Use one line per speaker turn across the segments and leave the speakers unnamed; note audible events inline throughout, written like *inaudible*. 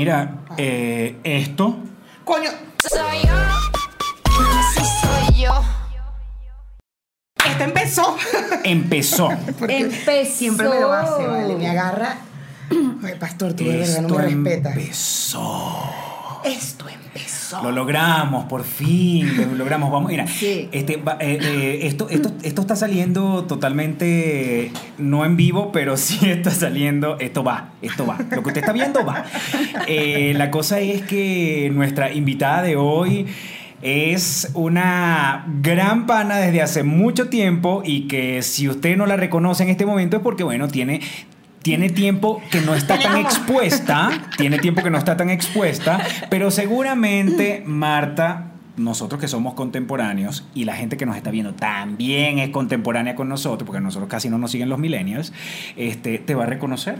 mira, eh, esto.
Coño.
Soy yo. Así soy yo.
Este empezó.
Empezó.
*laughs* Porque
Empezó.
Siempre me lo hace, vale. Me agarra. Ay, pastor, tú de verdad no
esto
me respetas.
empezó.
Esto empezó.
Lo logramos, por fin. Lo logramos. Vamos, mira.
Sí.
Este, va- eh, eh, esto, esto, esto está saliendo totalmente, eh, no en vivo, pero *laughs* sí está saliendo. Esto va, esto va. Lo que usted está viendo va. Eh, la cosa es que nuestra invitada de hoy. Es una gran pana desde hace mucho tiempo y que si usted no la reconoce en este momento es porque, bueno, tiene, tiene tiempo que no está tan expuesta, tiene tiempo que no está tan expuesta, pero seguramente Marta, nosotros que somos contemporáneos y la gente que nos está viendo también es contemporánea con nosotros, porque nosotros casi no nos siguen los millennials, este, te va a reconocer.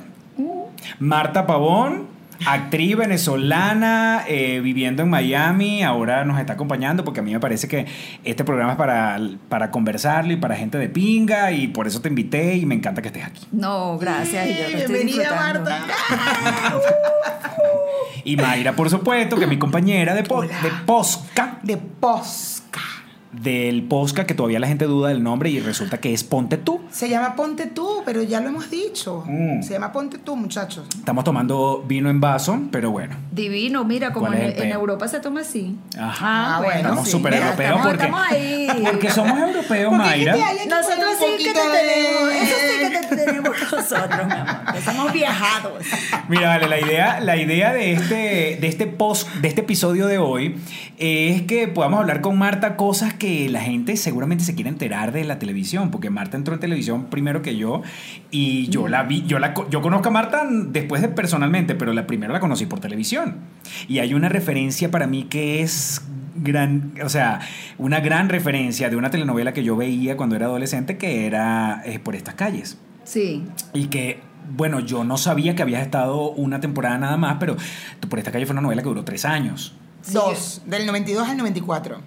Marta Pavón, actriz venezolana, eh, viviendo en Miami, ahora nos está acompañando porque a mí me parece que este programa es para, para conversarlo y para gente de pinga y por eso te invité y me encanta que estés aquí.
No, gracias. y yo lo estoy
Bienvenida,
disfrutando.
Marta.
Y Mayra, por supuesto, que es mi compañera de, po-
Hola.
de Posca,
De Posca.
del Posca, que todavía la gente duda del nombre y resulta que es Ponte Tú.
Se llama Ponte tú, pero ya lo hemos dicho.
Mm.
Se llama Ponte tú, muchachos.
Estamos tomando vino en vaso, pero bueno.
Divino, mira, como
¿Cuál es
en,
el peo?
en Europa se toma así.
Ajá.
Ah, bueno,
Estamos
sí.
súper
Mira,
europeos
estamos-
porque,
estamos ahí.
porque somos europeos, Mayra.
Nosotros sí que te tenemos. Eso sí que te *laughs* tenemos nosotros, mi amor. que somos viajados.
Mira, vale, la idea, la idea de este, de este post, de este episodio de hoy, es que podamos hablar con Marta cosas que la gente seguramente se quiere enterar de la televisión, porque Marta entró en televisión primero que yo y yo la vi, yo la, co- yo conozco a Marta después de personalmente, pero la primero la conocí por televisión y hay una referencia para mí que es gran, o sea, una gran referencia de una telenovela que yo veía cuando era adolescente que era eh, por estas calles
Sí.
y que bueno, yo no sabía que habías estado una temporada nada más, pero tú por esta calle fue una novela que duró tres años.
Dos, del 92 al 94.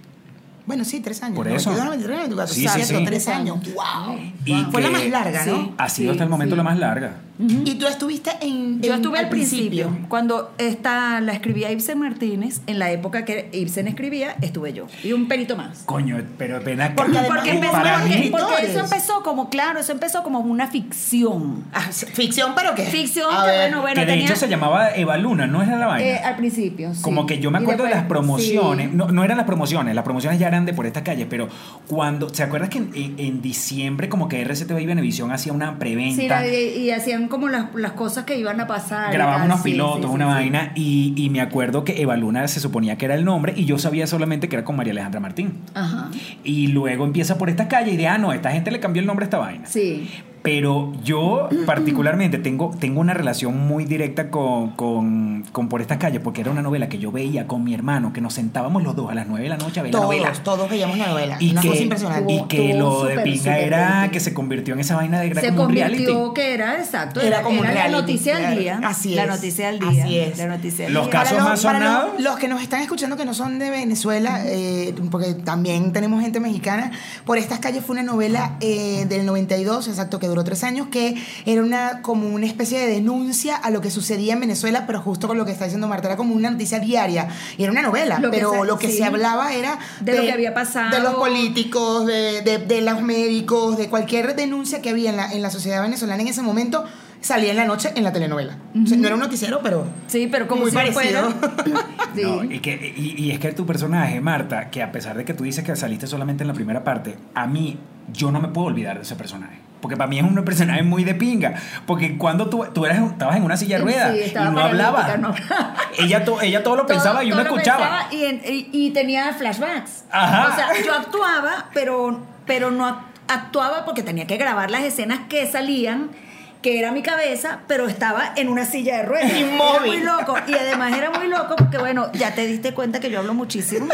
Bueno, sí, tres años.
Por eso.
92, 93, 94.
Sí,
Sí,
sí,
cierto,
sí.
tres años. ¡Wow!
Y
Fue la
que-
más larga, ¿no?
Sí.
Ha sido hasta el momento
sí.
la más larga.
Y tú estuviste en.
Yo
en-
estuve al principio. Cuando esta, la escribía Ibsen Martínez, en la época que Ibsen escribía, estuve yo. Y un pelito más.
Coño, pero pena que
Porque además-
Porque, empezó,
para
porque-
mí,
porque
escritores.
eso empezó como, claro, eso empezó como una ficción.
Ah, sí, ficción, pero qué.
Ficción
A
que,
ver.
bueno, bueno,
que de
tenía-
hecho se llamaba Eva Luna, ¿no era la vaina?
Eh, al principio. sí.
Como que yo me
Y
acuerdo de
después-
las promociones,
sí.
no, no eran las promociones, las promociones ya eran de por estas calles, pero cuando, ¿te acuerdas que en, en- en diciembre como que RCTV y Venevisión hacía una preventa?
Sí, la- y, y hacían como las, las cosas que iban a pasar. y
grabamos
tal,
unos
sí,
pilotos,
sí, sí,
una
sí.
vaina, y, y me acuerdo que Eva Luna se suponía que era el nombre, y yo sabía solamente que era con María Alejandra Martín.
Ajá.
Y luego empieza por esta calle y de, ah, no, esta gente le cambió el nombre a esta vaina.
Sí.
Pero
*clears throat*
yo particularmente tengo, tengo una relación muy directa con, con, con Por estas calles, porque era una novela que yo veía con mi hermano, que nos sentábamos los dos a las 9 de la noche a ver la novela.
Todos, todos veíamos la novela.
Y
Una
que,
cosa impresionante.
y que
Estuvo
lo de
súper,
pinga
súper
era
divertido.
que se convirtió en esa vaina de era
Se
como un reality.
convirtió que era exacto.
Era como un
la
reality,
noticia
claro.
del día.
Así
La
es,
noticia del día.
así es.
La noticia del
Los
día.
casos
Para los-
más
para los-
sonados.
Los que nos están escuchando que no son de Venezuela, eh, porque también tenemos gente mexicana, por estas calles fue una novela eh, del 92, exacto, que duró tres años, que era una como una especie de denuncia a lo que sucedía en Venezuela, pero justo con lo que está diciendo Marta, era como una noticia diaria. Y era una novela,
Lo que
pero
se-
lo que
sí.
se hablaba era
De lo que había pasado.
de los políticos, de, de- de los médicos, de cualquier denuncia que había en la, en la sociedad venezolana en ese momento. Salía en la noche en la telenovela. O sea, no era un noticiero, pero
Sí, pero como
Muy
si no
parecido.
fuera. Sí.
No, y, que, y, y es que tu personaje, Marta, que a pesar de que tú dices que saliste solamente en la primera parte, a mí yo no me puedo olvidar de ese personaje. Porque para mí es un personaje muy de pinga. Porque cuando tú, tú eras, estabas en una silla de
Sí,
ruedas y
estaba
no hablaba.
paralítica, *laughs* no.
Ella, to- ella todo lo pensaba y
Todo-
uno
todo lo
escuchaba.
pensaba Y, en- y- y tenía flashbacks.
Ajá.
O sea, yo actuaba, pero, pero no ac- actuaba porque tenía que grabar las escenas que salían, que era mi cabeza, pero estaba en una silla
*laughs*
de ruedas.
Inmóvil.
Era muy loco. Y además era muy loco porque, bueno, ya te diste cuenta que yo hablo muchísimo,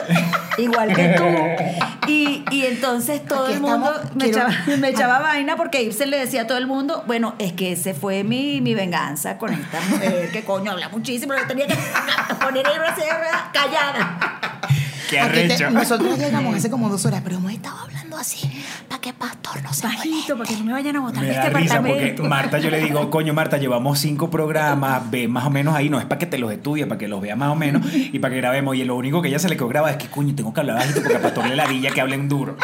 igual que
*laughs*
tú. Y, y entonces todo
Aquí
el mundo
estamos,
me
quiero-
echaba, *laughs* me echaba vaina porque Ibsen le decía a todo el mundo, bueno, es que ese fue mi, mi venganza con esta mujer que coño habla muchísimo, pero yo tenía que poner en una silla de ruedas callada.
Qué
Aquí te-
arrecho.
nosotros llegamos hace como dos horas, pero hemos estado hablando
hablando así para que Pastor no se moleste.
Bajito, porque no me vayan a
*laughs*
botar
Me
de
da
este
risa porque
apartamento.
Marta, yo le
*laughs*
digo, coño, Marta, llevamos cinco programas, ve más o menos ahí, no es para que te los estudies, para que los veas más o menos y para que grabemos. Y lo único que ella se le quedó grabado es que, coño, tengo que hablar bajito porque a Pastor le ladilla que hablen duro.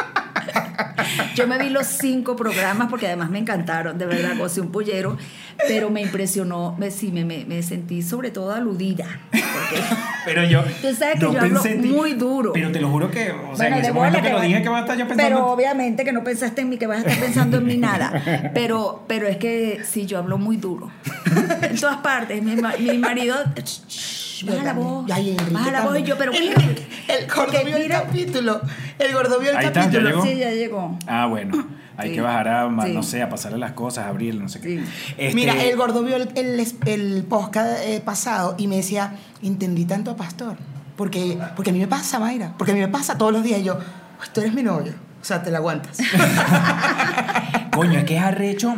Yo me vi los cinco programas porque además me encantaron, de verdad, gocé un pollero, pero me impresionó, me, sí, me, me, me sentí sobre todo aludida. Porque,
Pero yo.
Tú sabes que yo hablo
pensé en ti,
muy duro.
Pero te lo juro que, o sea,
Bueno,
en
de
ese momento
bola
que lo
va-
dije que va a estar yo pensando.
Pero obviamente que no pensaste en mí, que vas a estar pensando en
*laughs*
mí nada. Pero, pero es que sí, yo hablo muy duro. *laughs* En todas partes. Mi, ma- mi marido. "Shh,
Yo
Baja la
también.
voz.
Yo ahí, Enrique
Baja la voz. Y
también.
yo, pero.
Enrique, el gordo
Porque
vio el
mira-
capítulo. El gordo vio el
Ahí está, ya
capítulo.
llegó.
Sí, ya llegó.
Ah, bueno. Hay
Sí.
que bajar a, ma-
Sí.
no sé, a pasarle las cosas, a abrirle, no sé qué.
Sí.
Este,
Mira, el gordo vio el, el, es- el podcast eh, pasado y me decía, entendí tanto a Pastor. Porque, porque a mí me pasa, Mayra. Porque a mí me pasa todos los días. Y yo, "Pues tú eres mi novio. O sea, te la
*laughs*
aguantas.
Coño, es que es arrecho.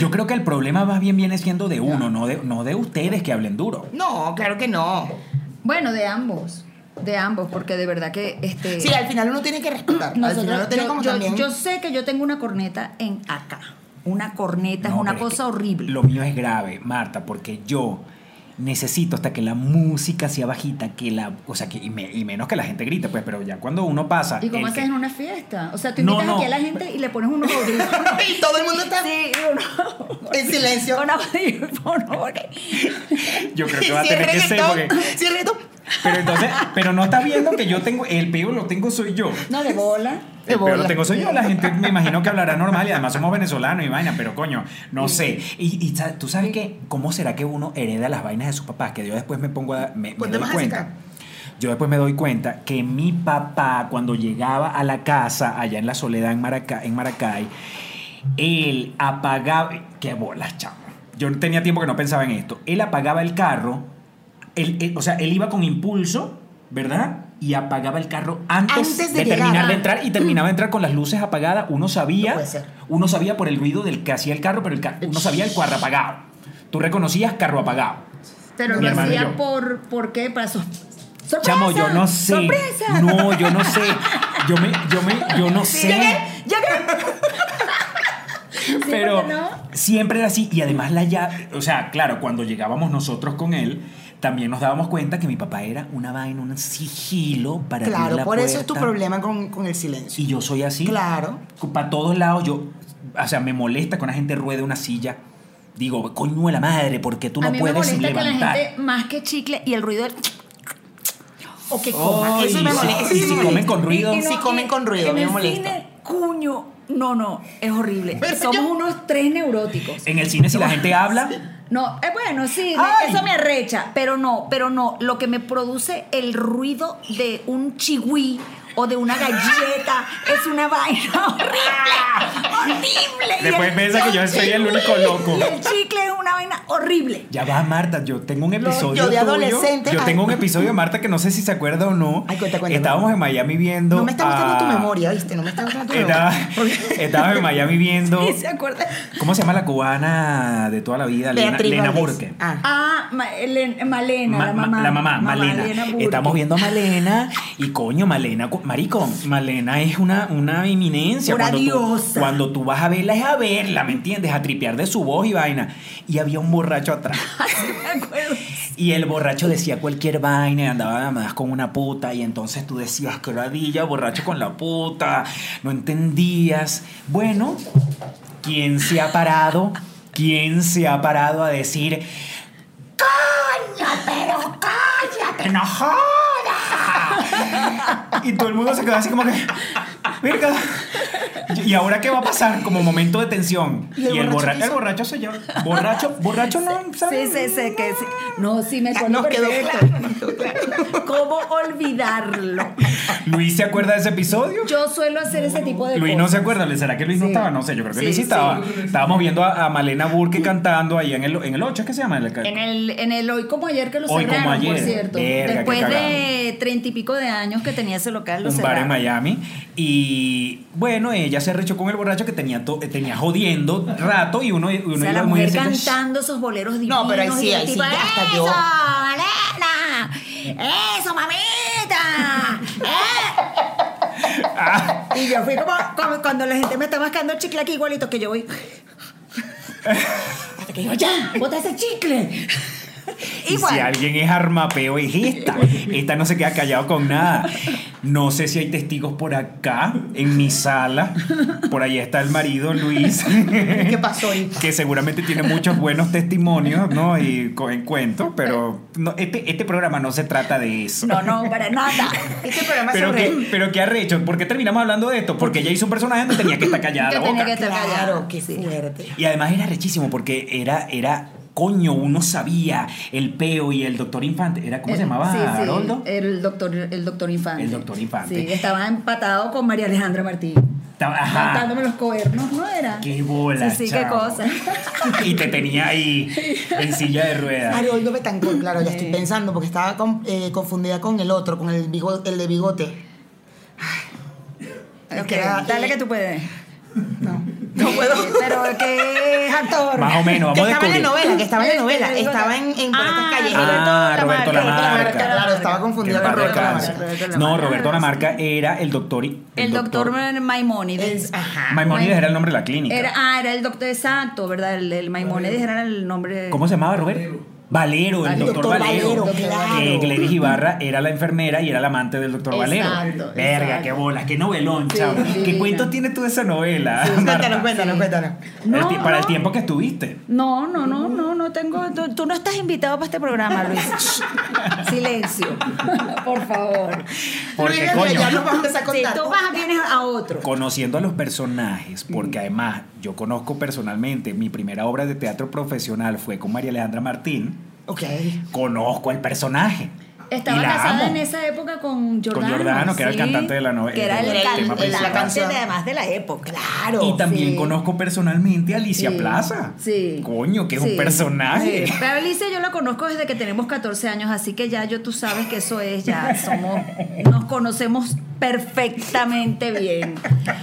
Yo creo que el problema más bien viene siendo de uno, no de, no de ustedes que hablen duro.
no, claro que no.
Bueno, de ambos. De ambos, porque de verdad que. Este,
Sí, al final uno tiene que respetar. al
Nosotros-
final uno tiene
yo,
como
yo-
también...
yo sé que yo tengo una corneta en acá. Una corneta
No,
es una
pero
cosa
que
horrible.
Lo mío es grave, Marta, porque yo necesito hasta que la música sea bajita, que la, o sea, que y, me- y menos que la gente grite, pues, pero ya cuando uno pasa,
¿Y
el
cómo haces
que-
en una fiesta? O sea, tú
No,
invitas
no.
aquí a la gente y le pones unos
*laughs*
audífonos.
y todo el mundo está
Sí, uno.
en silencio.
Con audífono, porque-
*laughs* yo creo
Y
que
*laughs*
va a
si es
tener que ser,
reggaetón,
porque-
si es reggaetón,
pero entonces, pero no estás viendo que yo tengo el peor lo tengo soy yo.
No, de bola.
De
El peor lo
bola.
tengo soy yo, la gente me imagino que hablará normal y además somos venezolanos y vaina, pero coño, no sé. Y, y sa- tú sabes que, ¿cómo será que uno hereda las vainas de sus papás? Que yo después me pongo a... Me, me
Ponte
doy
más
cuenta.
acá.
Yo después me doy cuenta que mi papá, cuando llegaba a la casa, allá en la soledad en, Maraca- en Maracay, él apagaba. ¡Qué bolas, chamo! Yo no tenía tiempo que no pensaba en esto. Él apagaba el carro, él- él- o sea, él iba con impulso, ¿verdad? Y apagaba el carro antes,
Antes
de,
de llegar. Ah,
terminar de entrar y terminaba de entrar con las luces apagadas. Uno sabía,
No puede ser.
uno sabía por el ruido del que hacía el carro, pero el ca- uno sabía el carro apagado. Tú reconocías carro apagado.
Pero
Mi
lo
hermano y
hacía
yo.
por. ¿Por qué? Para sos- ¡Sorpresa!
Chamo, yo no sé.
¡Sorpresa!
No, yo no sé. Yo me, yo me, yo no sé.
¿eh?
Llegué, llegué. ¿Sí,
pero
por qué no?
siempre era así. Y además la llave, o sea, claro, cuando llegábamos nosotros con él, también nos dábamos cuenta que mi papá era una vaina, un sigilo para abrir
Claro,
la
por eso es tu
puerta.
problema con, con el silencio.
Y yo soy así.
Claro.
Para todos lados, yo, o sea, me molesta que una gente ruede una silla. Digo, coño de la madre, porque tú
a
no
mí me
puedes
molesta que la
levantar?
gente más que chicle y el ruido del o que
Oh,
coma
y
eso
si-
me
y
molesta eso me
si
molesta.
comen con ruido.
Si comen con ruido,
en
me
el
molesta.
cine, cuño no no es horrible
Pero
somos
yo-
unos tres neuróticos
En el cine, si la gente habla,
no eh, bueno sí me-
Ay.
eso me arrecha pero no pero no lo que me produce el ruido de un chihui o de una galleta es una vaina horrible horrible Y
después
el-
piensa que yo soy el único loco.
y el chicle es una vaina horrible
Ya va, Marta, yo tengo un episodio.
yo de
tuyo.
adolescente-
Yo tengo un
Ay.
episodio de Marta que no sé si se acuerda o no.
Ay, cuenta, cuenta,
Estábamos en Miami viendo.
No me está gustando
a-
tu memoria, ¿viste? No me está gustando tu
Estaba, *laughs*
memoria. *laughs* Porque-
estábamos en Miami viendo.
*laughs*
¿Sí se acuerda
¿Cómo se llama la cubana de toda la vida? Lena,
Beatriz
Lena
Valdés.
Burke.
Ah.
Ah, Ma- Elen- Malena,
Ma-
la
ma-
mamá.
la mamá, Malena.
Burke.
Estamos
*laughs*
viendo a Malena y coño, Malena, cu- marico, Malena es una, una eminencia.
Una
cuando, Tú,
diosa.
cuando tú vas a verla es a verla, ¿me entiendes? A tripear de su voz y vaina. Y había un borracho atrás.
Me acuerdo.
Y el borracho decía cualquier vaina y andaba nada más con una puta. Y entonces tú decías, que ladilla, borracho con la puta. No entendías. Bueno, ¿quién se ha parado? ¿Quién se ha parado a decir, ¡Coño, pero cállate, no jodas! Y todo el mundo se quedó así como que, ¡Verga! ¿Y ahora qué va a pasar? Como momento de tensión.
¿Y el borracho
borra-
qué
el borracho
hizo?
soy yo. Borracho, borracho no
Sí,
sabe.
sí, sí, que sí. No, sí me
Ya,
acuerdo.
nos quedó
perfecto.
claro, nos quedó claro.
¿Cómo olvidarlo?
Luis se acuerda de ese episodio.
Yo suelo hacer ese tipo de
Luis no
cosas.
se acuerda, ¿le- ¿será que Luis no
Sí.
estaba? No sé, yo creo que
Sí,
Luis sí
sí.
estaba. Estábamos viendo a, a Malena Burke cantando ahí en el, en el 8, ¿qué se llama? En el,
En el, en el hoy como ayer que lo
Hoy como
cerraron, por
ayer.
cierto.
Verga, qué
Después de
cagada.
treinta y pico de años que tenía ese local, lo
un bar en
cerraron.
Miami. Y bueno, ella se arrechó con el borracho que tenía, to- tenía jodiendo rato y uno, uno
O sea, la
iba muy
mujer
decente, "Shh".
cantando esos boleros divinos.
No, pero ahí sí,
y el
ahí sí,
tipo,
ya hasta yo.
¡Eso, Malena! ¡Eso, mamita! ¡Eh! *laughs*
Ah,
*laughs* Y yo fui como, como cuando la gente me está mascando el chicle aquí igualito que yo voy. Hasta que digo, ya, bota ese chicle.
Y si
Igual.
alguien es armapeo, es
*laughs*
esta. Esta no se queda callado con nada. No sé si hay testigos por acá, en mi sala. Por ahí está el marido Luis,
¿Qué pasó ahí?
que seguramente tiene muchos buenos testimonios, ¿no? Y co- en cuento, pero no, este, este programa no se trata de eso.
No, no, para nada.
Este programa
*laughs* Pero
sobre...
qué, pero qué arrecho, ¿por qué terminamos hablando de esto? Porque ella hizo un personaje donde tenía que estar callada
Que
la
tenía
boca.
que estar
Claro,
callado.
qué
Sí.
fuerte.
Y además era rechísimo porque era, era, coño, uno sabía el peo y el doctor Infante. Era, ¿Cómo se llamaba?
Eh, Sí, sí, eh,
Haroldo.
El doctor, el doctor Infante.
El doctor Infante.
Sí, estaba empatado con María Alejandra Martín.
Estaba- Ajá.
Cantándome los cuernos, ¿no era?
Qué bola.
Sí, sí,
chavo.
qué cosa.
*laughs* Y te tenía ahí en silla de ruedas.
Haroldo Betancourt, claro, ya estoy pensando porque estaba con- eh, confundida con el otro, con el, bigo- el de bigote. Ay,
*laughs* Ok,
que era-
dale que tú puedes.
No, no puedo.
Eh, Pero que es actor.
Más o menos,
que
vamos a
estaba en la
descubrir.
novela, que estaba en la
Este,
novela,
el bigote.
estaba en, en por estas
Ah,
calles.
Ah, Roberto
Roberto
Lamarca.
Lamarca.
Claro, estaba confundida
Que en
con
paz
Roberto
descanse.
Lamarca.
Roberto
No,
Lamarca.
Roberto Lamarca era el doctor. El,
El doctor Maimónides.
Es- ajá.
Maimónides era el nombre de la clínica.
Era, ah, era el doctor exacto, ¿verdad? El, el Maimónides era el nombre.
¿Cómo se llamaba Roberto? Valero, el
Valero.
doctor,
Doctor
Valero.
Valero,
Que
claro.
Gladys Ibarra era la enfermera y era la amante del doctor Valero.
Exacto,
Verga,
exacto.
qué bolas, qué novelón,
Sí,
chavo. ¿Qué
divina.
cuentos tiene tú de esa novela?
Cuéntanos,
Marta?
cuéntanos, cuéntanos.
El
No,
ti- Para el
no.
tiempo que estuviste.
No, no, no, no, no tengo. Tú, tú no estás invitado para este
*laughs*
programa, Luis. Shh. Silencio, *laughs* por favor.
Porque,
Luis,
coño,
Ya nos vamos a empezar a
Si
contar.
tú vas, vienes a otro.
conociendo a los personajes, porque
Mm.
además yo conozco personalmente, mi primera obra de teatro profesional fue con María Alejandra Martín,
Ok.
conozco al personaje.
Estaba
y la
casada
amo.
en esa época con Jordano.
Jordano, que era el cantante de la novela-
Que era el,
del
can-
tema
el
principal.
cantante de, además de la época.
Claro.
Y también
sí.
conozco personalmente a Alicia
Sí,
Plaza.
Sí.
Coño, que es
Sí,
un personaje.
sí. Pero Alicia yo la conozco desde que tenemos 14 años, así que ya yo tú sabes que eso es, ya somos, nos conocemos perfectamente bien.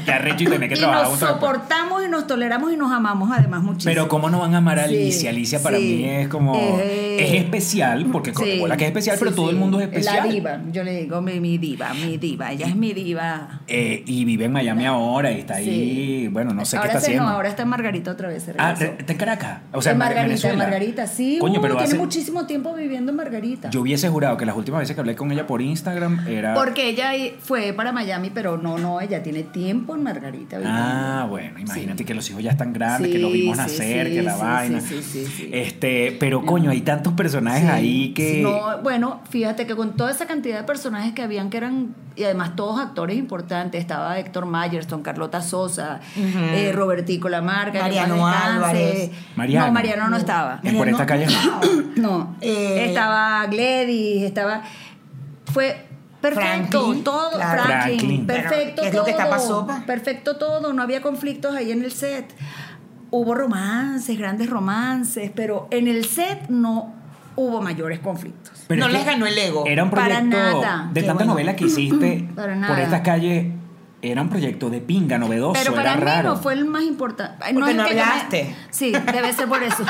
Qué arrecho y tener que
Y
trabajar
nos
juntos después.
soportamos y nos toleramos y nos amamos además muchísimo.
Pero cómo no van a amar a
Sí,
Alicia? Alicia para
sí.
mí es como...
Eh,
es especial, porque con
Sí,
bola que es especial,
sí,
pero todo
sí.
el mundo es especial.
La diva, yo le digo mi, mi diva, mi diva, ella es mi diva.
Eh, y vive en Miami ahora y está
Sí.
ahí... Bueno, no sé
ahora
qué está
se-
haciendo.
No, ahora está en Margarita otra vez. se
Ah,
regresó.
re- está en Caracas. O sea,
En
en Mar-
Margarita, en
Venezuela.
Margarita, sí.
Coño,
uh,
pero
tiene
hace-
muchísimo tiempo viviendo en Margarita.
Yo hubiese jurado que las últimas veces que hablé con ella por Instagram era.
Porque ella fue para Miami, pero no, no, ella tiene tiempo en Margarita. viviendo.
Ah, bueno, imagínate que los hijos ya están grandes, que
Sí,
los vimos
sí,
nacer,
sí,
que la
sí,
vaina.
sí, sí, sí, sí.
Este, pero coño, hay tantos personajes
Sí.
ahí que.
No, bueno, fíjate que con toda esa cantidad de personajes que habían, que eran, y además todos actores importantes, estaba Héctor Myerson, Carlota Sosa, eh, Robertico Lamarca, que en paz
Mariano
descanse.
Álvarez.
Mariano.
No, Mariano no estaba.
en por esta calle. no.
No,
Eh,
estaba Gladys, estaba. Fue perfecto,
Franklin,
todo.
claro.
Franklin.
Franklin,
Pero,
perfecto
¿qué es
todo.
lo que está pa' sopa?
Perfecto todo, no había conflictos ahí en el set. Hubo romances, grandes romances, pero en el set no hubo mayores conflictos.
Pero
no
es que
les ganó el ego.
Era un
Para
proyecto
nada.
de
Qué
tantas
bueno.
novelas que hiciste
*laughs* Para nada.
por estas calles. Era un proyecto de pinga, novedoso,
Pero para
era
mí
Oh, raro.
no fue el más importante. Ay,
Porque
es
no
que yo me-
hablaste.
Sí, debe ser por eso.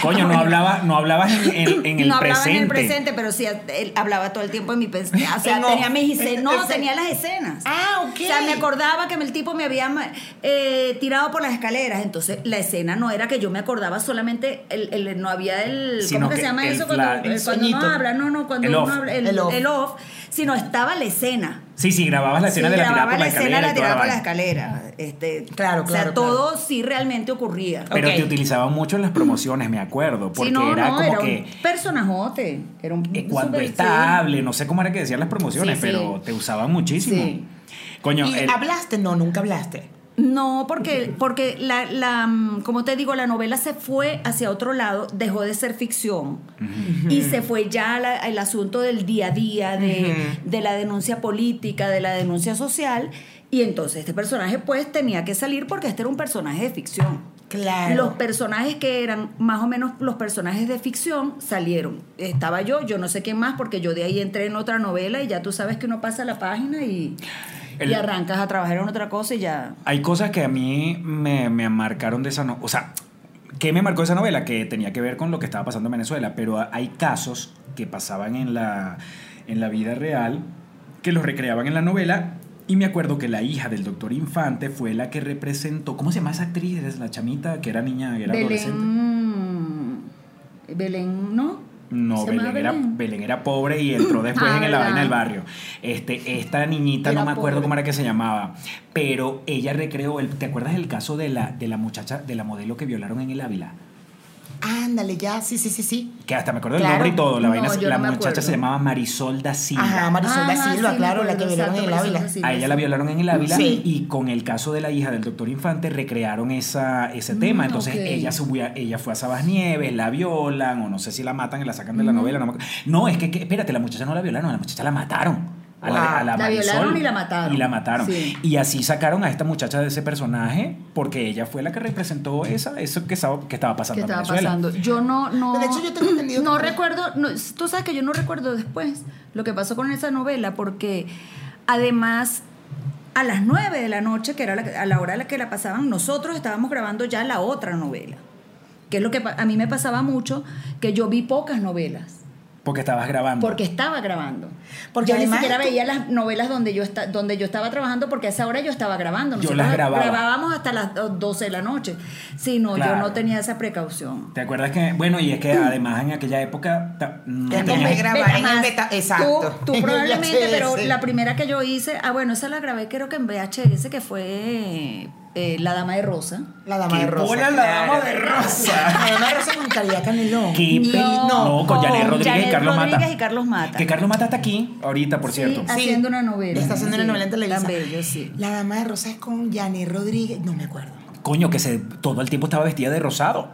Coño,
*laughs*
no hablabas, no hablabas en, en- en el
no hablaba
presente.
en el presente, pero sí él hablaba todo el tiempo en mi presente. O sea,
En off.
tenía mis escenas. No,
Exacto.
tenía las escenas.
Eh, Ah, ok.
O sea, me acordaba que el tipo me había ma- eh, tirado por las escaleras. Entonces, la escena no era que yo me acordaba solamente. El, el- no había el.
Sino
¿Cómo que,
que
se llama
el
eso?
fla-
cuando eh,
el
cuando uno
sueñito.
habla. No, no, cuando
El
uno
off.
habla. El,
El
el
off.
off. Sino estaba la escena.
Sí, sí, grababas la escena
Sí,
de la tirada
grababa
por la
escena
escalera. y
de
toda
la tirada por la
vaina.
escalera. Este,
Claro,
o sea,
claro,
todo sí realmente ocurría.
Pero
Ok.
te utilizaba mucho en las promociones, me acuerdo, porque
sí, no,
era
no,
como
era
que
un personajote. Era un
eh, cuando
super-
estable, no sé cómo era que decían las promociones,
Sí, sí.
pero te usaban muchísimo.
Sí.
Coño,
¿Y
el-
hablaste? No, nunca hablaste.
No, porque, porque la, la, mm, como te digo, la novela se fue hacia otro lado, dejó de ser ficción y se fue ya al el asunto del día a día, de, de la denuncia política, de la denuncia social. Y entonces este personaje pues tenía que salir porque este era un personaje de ficción.
Claro.
Los personajes que eran más o menos los personajes de ficción salieron. Estaba yo, yo no sé quién más, porque yo de ahí entré en otra novela y ya tú sabes que uno pasa la página y,
El-
y arrancas a trabajar en otra cosa y ya.
hay cosas que a mí me, me marcaron de esa novela. O sea, ¿qué me marcó esa novela? Que tenía que ver con lo que estaba pasando en Venezuela, pero a- hay casos que pasaban en la, en la vida real que los recreaban en la novela Y me acuerdo que la hija del doctor Infante fue la que representó. ¿Cómo se llama esa actriz? Es la chamita que era niña, que era adolescente.
Belén. mm, Belén, ¿no?
No,
¿Se
Belén,
llamaba
Era,
Belén?
Belén era pobre y
*clears throat*
entró después
Ah,
en la
¿verdad?
vaina del barrio. Este, esta niñita,
Era
no me acuerdo
pobre.
cómo era que se llamaba, pero ella recreó. El, ¿Te acuerdas del caso de la, de la muchacha, de la modelo que violaron en el Ávila?
Ándale, ya, sí, sí, sí, sí.
Que hasta me acuerdo el
Claro.
nombre y todo. La,
No,
vaina,
yo
la
no me
muchacha
acuerdo.
se llamaba Marisol da Silva.
Ajá, Marisol da
Ajá,
Silva,
sí, me
claro, la que
acuerdo,
violaron en
exacto,
el
Marisol
Ávila.
da Silva.
A ella la violaron en el Ávila
Sí.
y con el caso de la hija del doctor Infante recrearon esa, ese tema.
Mm,
Entonces
ok.
ella, subió, ella fue a Sabas Nieves, la violan o no sé si la matan y la sacan
Mm.
de la novela. No, me acuerdo. No, es que, que- espérate, la muchacha no la violaron, a la muchacha la mataron. A la,
Wow.
a la
Ah, La
Marisol.
violaron y la mataron.
Y la mataron.
Sí.
Y así sacaron a esta muchacha de ese personaje porque ella fue la que representó esa, eso que estaba, que estaba pasando
¿Qué
en
estaba
Venezuela.
pasando? Yo no, no.
De hecho, yo tengo entendido
No
que-
recuerdo. no, tú sabes que yo no recuerdo después lo que pasó con esa novela, porque además. A las 9 de la noche, que era la, a la hora a la que la pasaban, nosotros estábamos grabando ya la otra novela. Que es lo que pa- a mí me pasaba mucho, que yo vi pocas novelas,
Porque estabas grabando.
porque estaba grabando.
Porque
Porque yo ni
además
siquiera
tú-
veía las novelas donde yo, esta- donde yo estaba trabajando, porque a esa hora yo estaba grabando.
Yo las grababa.
grabábamos hasta las 12 de la noche. Si no,
Claro.
yo no tenía esa precaución.
¿Te acuerdas que? Bueno, y es que
Mm.
además en aquella época ta- no
Era
tenías-
complicado. grabar en el
Además,
beta- exacto.
Tú,
*laughs*
tú
En el
probablemente,
VHS.
pero la primera que yo hice, ah, bueno, esa la grabé creo que en VHS, que fue eh, La Dama de Rosa.
La dama
¡Qué
de rosa.
bola la dama de rosa!
La dama de rosa con calidad canelón.
¡Qué
No,
pe- No, con Janet Rodríguez y
Janet
Carlos
Rodríguez
Mata.
y Carlos Mata.
Que Carlos Mata está aquí, ahorita, por
Sí, ah.
cierto.
así haciendo una novela.
Está haciendo una
Sí,
novela en Televisa.
tan bello, sí.
La dama de rosa es con Janet Rodríguez. No me acuerdo.
Coño, que se, todo el tiempo estaba vestida de rosado.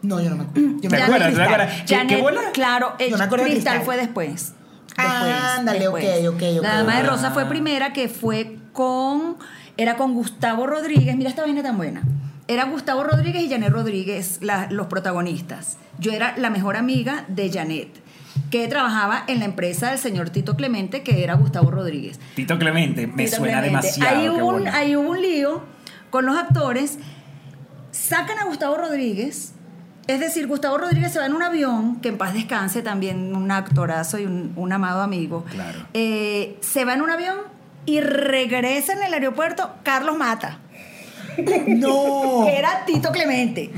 No, yo no me acuerdo. Yo me
¿Te
acuerdo de
acuerdas? ¿Te
Cristal.
acuerdas? ¿Qué-
Janet,
qué bola?
Claro, el
Yo me acuerdo de
Cristal
Cristal.
fue después.
Ah, ándale, ok, ok, ok.
La Dama de Rosa
Ah.
fue primera que fue con. Era con Gustavo Rodríguez. Mira esta vaina tan buena. Era Gustavo Rodríguez y Janet Rodríguez la- los protagonistas. Yo era la mejor amiga de Janet, que trabajaba en la empresa del señor Tito Clemente, que era Gustavo Rodríguez.
Tito Clemente, me
Tito
suena
Clemente.
demasiado.
Ahí
qué
hubo, un,
bola.
ahí hubo un lío con los actores. Sacan a Gustavo Rodríguez. Es decir, Gustavo Rodríguez se va en un avión, que en paz descanse también, un actorazo y un, un amado amigo.
Claro.
Eh, se va en un avión y regresa en el aeropuerto Carlos Mata,
*laughs*
Oh.
No.
que era Tito Clemente.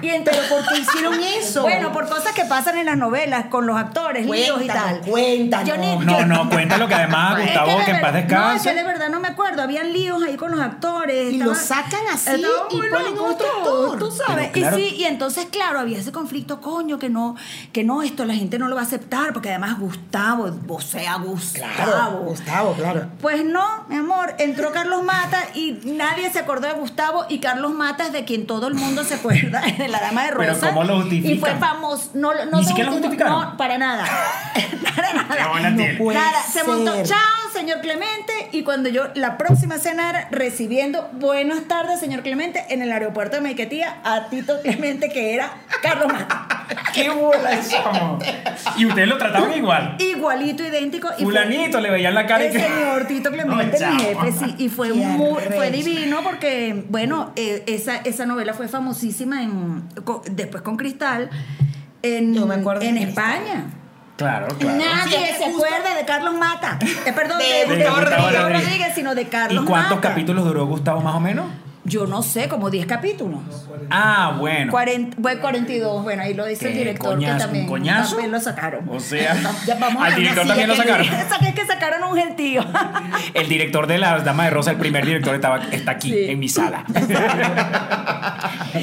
Y entonces, ¿por
*laughs*
qué
hicieron eso?
Bueno, por cosas que pasan en las novelas con los actores, líos y
Cuéntanos,
tal.
cuéntanos.
Yo ni-
No, no, cuéntalo que
*laughs*
además
es
Gustavo, que,
de
en paz
ver- No, es
descanse.
que de verdad no me acuerdo. Habían líos ahí con los actores.
Y lo sacan así
estaban
y
muy
ponen
locos
otro
todos,
actor.
Tú sabes.
Pero claro.
Y sí, y entonces, claro, había ese conflicto, coño, que no, que no, esto la gente no lo va a aceptar, porque además Gustavo, o sea, Gustavo.
Claro, Gustavo, claro.
Pues no, mi amor, entró Carlos Mata y nadie se acordó de Gustavo y Carlos Mata es de quien todo el mundo se acuerda, *laughs* es de la Dama de
Pero
Rosa.
¿cómo lo justifican?
Y fue famoso, no, no
Ni
se
siquiera lo
justificó,
justificaron.
No, para nada. *laughs* para nada.
Qué bola
No
tiene.
puede
Nada, se
ser.
montó, chao, señor Clemente. Y cuando yo, la próxima cena era recibiendo buenas tardes, señor Clemente, en el aeropuerto de Maiquetía a Tito Clemente, que era Carlos Mata.
¡Qué bola eso! y ustedes lo trataban igual.
Igualito, idéntico. y fue-
Fulanito, le veían la cara y
el
que-
señor Tito Clemente,
No,
mi
chamo.
jefe, sí, y fue,
Qué
muy, fue
arrecho.
divino porque, bueno, eh, esa, esa novela fue famosísima en, co- después con Cristal en,
Yo me acuerdo
en
de Cristal.
España.
Claro, claro.
Nadie
Sí, es
se
justo-
acuerda de Carlos Mata, Eh, perdón,
De
de,
Gustavo
de Gustavo
Rodríguez.
Rodríguez, sino de
¿Y
Carlos
cuántos
Mata.
capítulos duró Gustavo más o menos?
Yo no sé, como 10 capítulos.
Ah, bueno.
40, bueno, 42, bueno, ahí lo dice el
Qué
director
coñazo,
que
un
también,
coñazo.
también lo sacaron.
O sea,
*laughs*
Ya vamos a
al
la
director
silla
también lo
que
sacaron.
Es que sacaron un gentío. *laughs*
El director de La Dama de Rosa, el primer director, estaba, está aquí,
Sí.
en mi sala.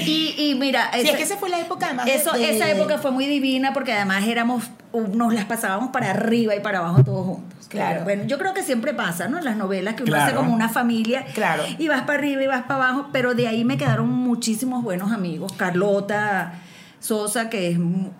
Y, y mira,
Sí,
esa-
es que esa fue la época además. de-
eso-
de-
esa época fue muy divina porque además éramos, nos las pasábamos para arriba y para abajo todos juntos.
Claro.
Bueno, yo creo que siempre pasa, ¿no? En las novelas que uno
Claro.
hace como una familia.
Claro.
Y vas para arriba y vas para abajo, pero de ahí me quedaron muchísimos buenos amigos. Carlota Sosa, que es,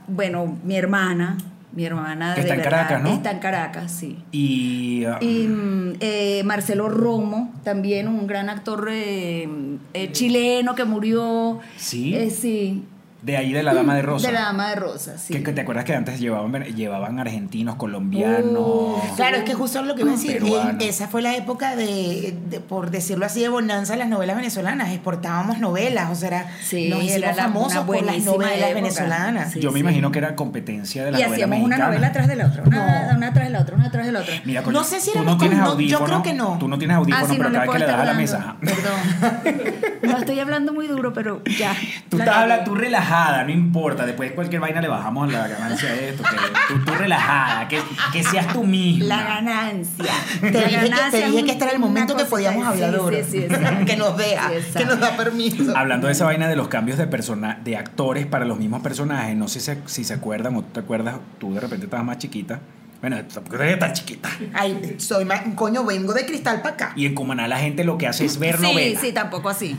bueno, mi hermana. Mi hermana
Que
de
está en
verdad,
Caracas, ¿no?
Está en Caracas, sí.
Y, ah,
Y mm, eh, Marcelo Romo, también un gran actor eh, eh, chileno que murió.
¿Sí?
Eh, sí.
De ahí de la Dama de Rosa.
De la dama de rosas, sí.
Que, que te acuerdas que antes llevaban, llevaban argentinos, colombianos.
Uh,
Claro, es que justo lo que iba a decir,
Peruano.
eh, esa fue la época de, de- por decirlo así, de bonanza de las novelas venezolanas. Exportábamos novelas, o sea, era-
Sí,
nos hicimos
era la- una
famosos por las
buenísima
novelas
época.
venezolanas.
Sí.
Yo me imagino que era competencia de la
y
novela
hacíamos una
mexicana.
novela tras de la otra, una, una tras de la otra, una tras de la otra.
Mira,
No sé si
tú
éramos
no tienes
con- no, yo
audífono.
creo que no.
Tú no tienes audífono,
Ah, sí,
pero
no le
cada vez que le
puedo
das a la
estar
mesa.
dando.
*laughs*
Perdón. No, estoy hablando muy duro, pero ya.
Tú
La
estás
cagué.
hablando, tú relajada, no importa. Después cualquier vaina le bajamos la ganancia de esto. Que, tú, tú relajada, que, que seas tú misma. *laughs*
La ganancia.
Te
La
dije, que,
ganancia
te dije
es
que este era el
una
momento que
cosa-
podíamos
sí,
hablar
sí,
ahora.
*laughs* sí, exacto.
que nos deja,
Sí,
que
exacto.
nos da permiso.
Hablando de esa vaina de los cambios de persona, de actores para los mismos personajes, no sé si, si se acuerdan o tú te acuerdas, tú de repente estabas más chiquita. Bueno, tampoco eres tan chiquita.
Ay, soy más, coño, vengo de cristal para acá.
Y en Cumaná la gente lo que hace es ver
Sí,
novelas.
sí, tampoco así.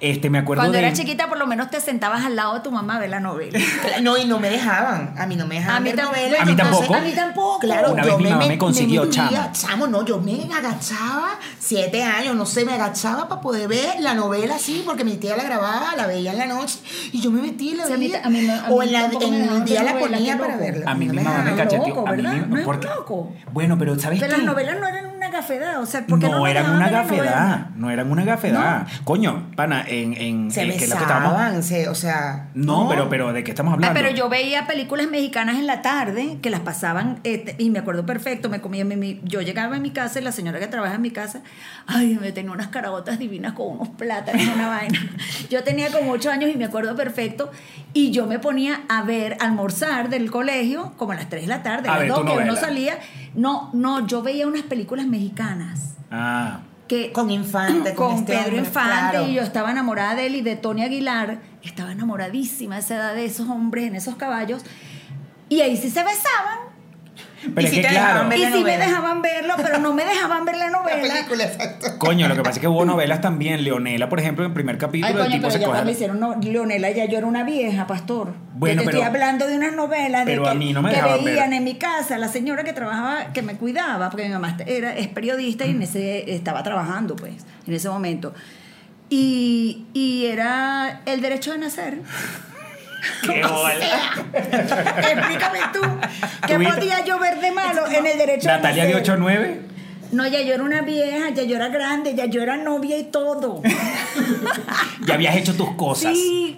Este, me acuerdo
Cuando
de...
eras chiquita, por lo menos te sentabas al lado de tu mamá a ver la novela.
No, y no me dejaban. A mí no me dejaban.
*laughs* A mí
ver
tampoco.
novelas,
A mí
entonces-
tampoco.
A mí tampoco.
Claro,
Una
yo
vez mi
me,
mamá me consiguió
metía-
chamo.
Chamo, no, yo me agachaba, siete años, no sé, me agachaba para poder ver la novela así, porque mi tía la grababa, la veía en la noche, y yo me metí y la
Sí, a mí
veía.
ta- a mí no- a
o
mí
en, la,
tampoco
en
me dejaban
el día
ver
la
novela,
ponía
qué
para
loco.
verla.
A mí
No
mi
me
mamá me
dejaban.
cacha-
cacheteó.
loco,
a mí
¿verdad?
mi-
No es
porque-
loco.
Bueno, pero ¿sabes
Pero
qué?
las novelas no eran una gafedad, o sea, ¿por qué no,
No
nos
eran
dejaban
una
ver la novela?
gafedad, no eran una gafedad. Coño, pana, en, en
Se
en- que es lo que estábamos-
besaban, se- o sea...
No, pero pero de qué estamos
Ah,
hablando?
pero yo veía películas mexicanas en la tarde que las pasaban este, y me acuerdo perfecto, me comía mi- mi- yo llegaba a mi casa y la señora que trabaja en mi casa, ay, me tenía unas carabotas divinas con unos plátanos,
*laughs*
una vaina. Yo tenía como ocho años y me acuerdo perfecto y yo me ponía a ver a almorzar del colegio como a las 3 de la tarde,
A
a las
ver tu
2 que uno
novela.
salía. No, no, yo veía unas películas mexicanas
Ah,
que
Con Infante, con,
con
este
Pedro
hombre,
Infante
claro.
y yo estaba enamorada de él y de Tony Aguilar. Estaba enamoradísima a esa edad de esos hombres en esos caballos. Y ahí sí se besaban.
pero
Y
es
si
que
te
claro.
dejaban ver-
y
la
sí me
novela.
dejaban verlo, pero no me dejaban
*laughs*
ver la
La
novela.
película, exacto.
Coño, lo que pasa es que hubo novelas también. Leonela, por ejemplo, en el primer capítulo,
Ay,
el
coño,
tipo
pero
se
ya
coge a la-
cuando hicieron no- Leonela, ya yo era una vieja, pastor.
Bueno,
yo te
pero-
estoy hablando de unas novelas de
pero
que,
a mí no me
que
dejaban ver.
veían en mi casa la señora que trabajaba, que me cuidaba, porque mi mamá era, es periodista y en ese, estaba trabajando, pues, en ese momento. Y, y era el derecho de nacer.
*laughs* Qué bola.
Explícame tú, ¿qué
¿Tuviste?
podía yo ver de malo en el derecho de
Natalia de
nacer?
8 a 9.
No, ya yo era una vieja, ya yo era grande, ya yo era novia y todo.
Ya habías hecho tus cosas.
Sí,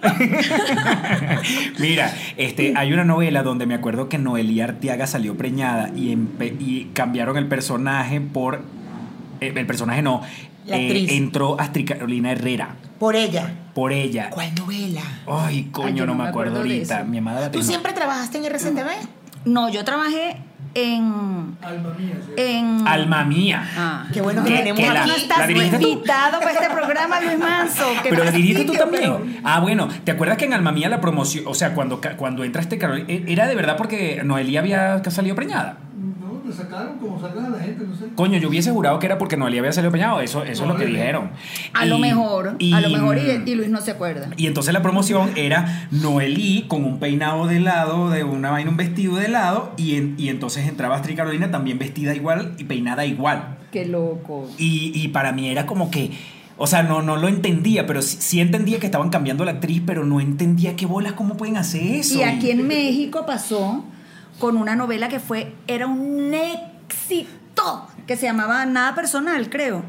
Mira, este, hay una novela donde me acuerdo que Noelia Arteaga salió preñada y, empe- y cambiaron el personaje por. eh, el personaje no.
La
Eh,
actriz.
entró Astrid Carolina Herrera
Por ella.
por ella.
¿Cuál novela?
Ay, coño,
yo
no, me acuerdo,
de
ahorita.
eso.
Mi amada la
¿Tú
tengo.
siempre trabajaste en RCTV?
No, yo trabajé en. Alma mía. En.
Alma mía.
Ah.
Qué bueno que
Que-
tenemos
que
aquí.
la-
No estás
la dirigiste tú.
invitado para este programa, Luis Manso. qué
Pero la dirigiste tú
fastidio,
también. Ah, bueno, ¿te acuerdas que en Alma Mía la promoción, o sea, cuando, ca- cuando entraste, Carol, e- era de verdad porque Noelia había salido preñada?
No, me sacaron como sacan a la gente, no sé.
Coño, yo hubiese jurado que era porque Noelia había salido preñada, eso, eso es lo que
No,
dijeron.
pero- A
Y-
lo mejor, a lo mejor, y,
y,
y Luis no se acuerda.
entonces la promoción era Noelí con un peinado de lado, de una vaina, un vestido de lado, y, en- y entonces entraba Astrid Carolina también vestida igual y peinada igual.
Qué loco.
Y, y para mí era como que, o sea, no, no lo entendía, pero sí, sí entendía que estaban cambiando la actriz, pero no entendía qué bolas, cómo pueden hacer eso.
Y aquí en México pasó con una novela que fue, era un éxito, que se llamaba Nada Personal, creo.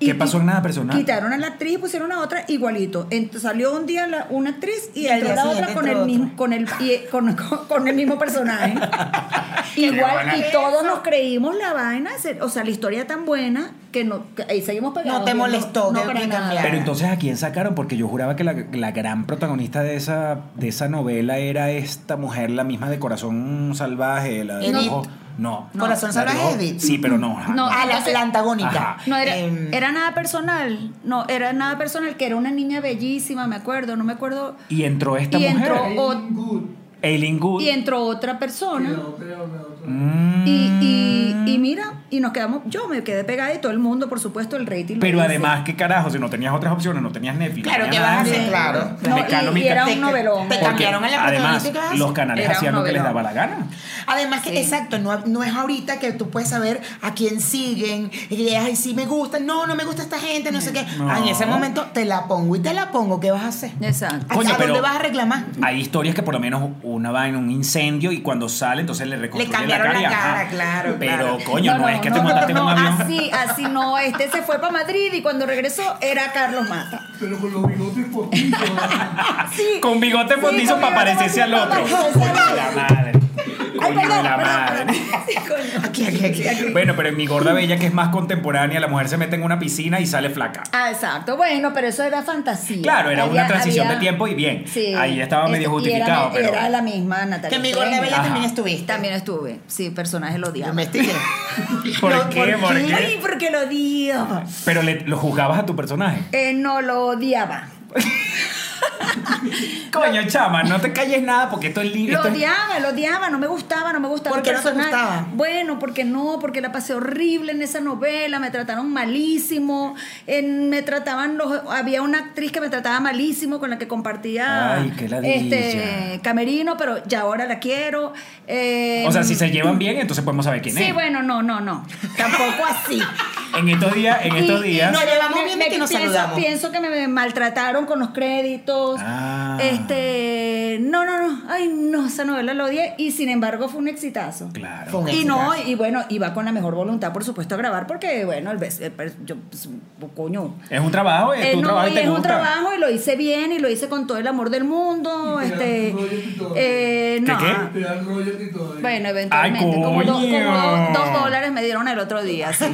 ¿Qué pasó en Nada Personal?
Quitaron a la actriz y pusieron a otra igualito. Ent- salió un día la- una actriz y,
Y al
entró
día
la otra
siguiente
con el,
entró
mismo,
otra.
con, el, y- eh, con, *laughs* con- con el mismo personaje. *laughs* Igual,
buena.
y todos nos creímos la vaina, se- o sea, la historia tan buena que, no, que ahí seguimos pegados.
No te
viendo-
molestó que-
para
que
nada.
cambiaron.
Pero entonces a quién sacaron, porque yo juraba que la, la gran protagonista de esa, de esa novela era esta mujer, la misma de corazón salvaje, la de
Edith.
ojos- No.
No. Corazón
La
salvaje,
de ojos-
Edith.
Sí, pero no. ajá, no.
No,
Ah, la,
Entonces-
la antagónica.
Ajá.
No, era,
Em,
era nada personal. No, era nada personal, que era una niña bellísima, me acuerdo, no me acuerdo.
Y entró esta
Y
mujer.
entró-
Aileen
o-
Good,
Eileen Good.
Y entró otra
y la
persona.
otra, la otra.
Mm.
Y, y- y mira, y nos quedamos, yo me quedé pegada y todo el mundo, por supuesto, el rating. lo
Pero
dice.
además, ¿qué carajo? Si no tenías otras opciones, no tenías Netflix.
Claro,
no
¿qué
tenías
vas a
nada.
hacer? Claro.
No,
Me
y-
calo, mi
y era
calo.
un novelón.
Te
Porque,
cambiaron a la
Además,
protagonista,
los canales
era un
hacían lo que les
novelón.
daba la gana.
Además que,
Sí.
exacto, no, no es ahorita que tú puedes saber a quién siguen, y que, ay, sí me gusta, no, no me gusta esta gente, no sé qué.
No.
Ah, en ese momento te la pongo y te la pongo, ¿qué vas a hacer?
Exacto.
¿A,
Coño,
a dónde
pero-
vas a reclamar?
Hay historias que por lo menos una va en un incendio y cuando sale, entonces le reconstruyen
cambiaron la
y, ajá.
cara, claro,
Pero,
claro.
coño, no, es que te montaste en
no,
un avión.
Así, así no. Este se fue para Madrid y cuando regresó era Carlos Mata.
Pero con los bigotes *laughs* potitos.
Sí.
Con bigote
Sí,
potizo
con
para
bigote
parecerse al
potizo
otro.
para parecerse
Coño
al
de la madre.
Ay,
Coño de
perdón,
la
perdón,
madre.
perdón. Sí, coño.
Aquí, aquí, aquí. aquí.
Bueno, pero en mi gorda bella, que es más contemporánea, la mujer se mete en una piscina y sale flaca.
Ah, exacto. Bueno, pero eso era fantasía.
Claro, era una
Había-
transición
había-
de tiempo y bien.
Sí.
Ahí estaba medio
Este, y era-
justificado, pero.
Era la misma Natalia.
Que en mi gorda
Peña.
bella
Ajá.
también estuviste.
También estuve. Sí, personaje lo odiaba.
Investigué. *laughs*
¿Por
No,
qué? ¿Por qué?
Ay, porque lo odiaba.
Pero le- lo juzgabas a tu personaje.
Eh, no, lo odiaba.
Coño, chama, no te calles nada porque esto es libre.
Lo odiaba, lo odiaba, no me gustaba, no me gustaba.
¿Por
el
qué no te
personaje.
gustaba?
Bueno, porque no, porque la pasé horrible en esa novela, me trataron malísimo, en- me trataban los, había una actriz que me trataba malísimo con la que compartía
Ay, qué ladilla.
este camerino, pero ya ahora la quiero. eh,
O sea, si se llevan bien, entonces podemos saber quién
Sí,
es.
bueno, no, no, no. Tampoco así.
En estos días, *laughs* en estos
Y- y
días.
no- Nos llevamos
me-
bien
me-
y que nos
pienso,
saludamos.
Pienso que me maltrataron con los créditos.
Ah.
Este, no, no, no. Ay, no, esa novela la odié y sin embargo fue un exitazo.
Claro.
Fue un
Y no,
exitazo.
y bueno, iba con la mejor voluntad, por supuesto, a grabar porque, bueno, el bes- el per- yo, pues, coño.
Es un trabajo, es
Eh,
tu
no,
trabajo y
y
te
es
gusta.
un trabajo y lo hice bien y lo hice con todo el amor del mundo.
Y
Este,
te dan rollo y todo.
eh,
¿Qué,
no.
qué?
Te dan rollo y todo.
Bueno, eventualmente, como, do-
coño.
como do- dos dólares me dieron el otro
*laughs*
día, sí.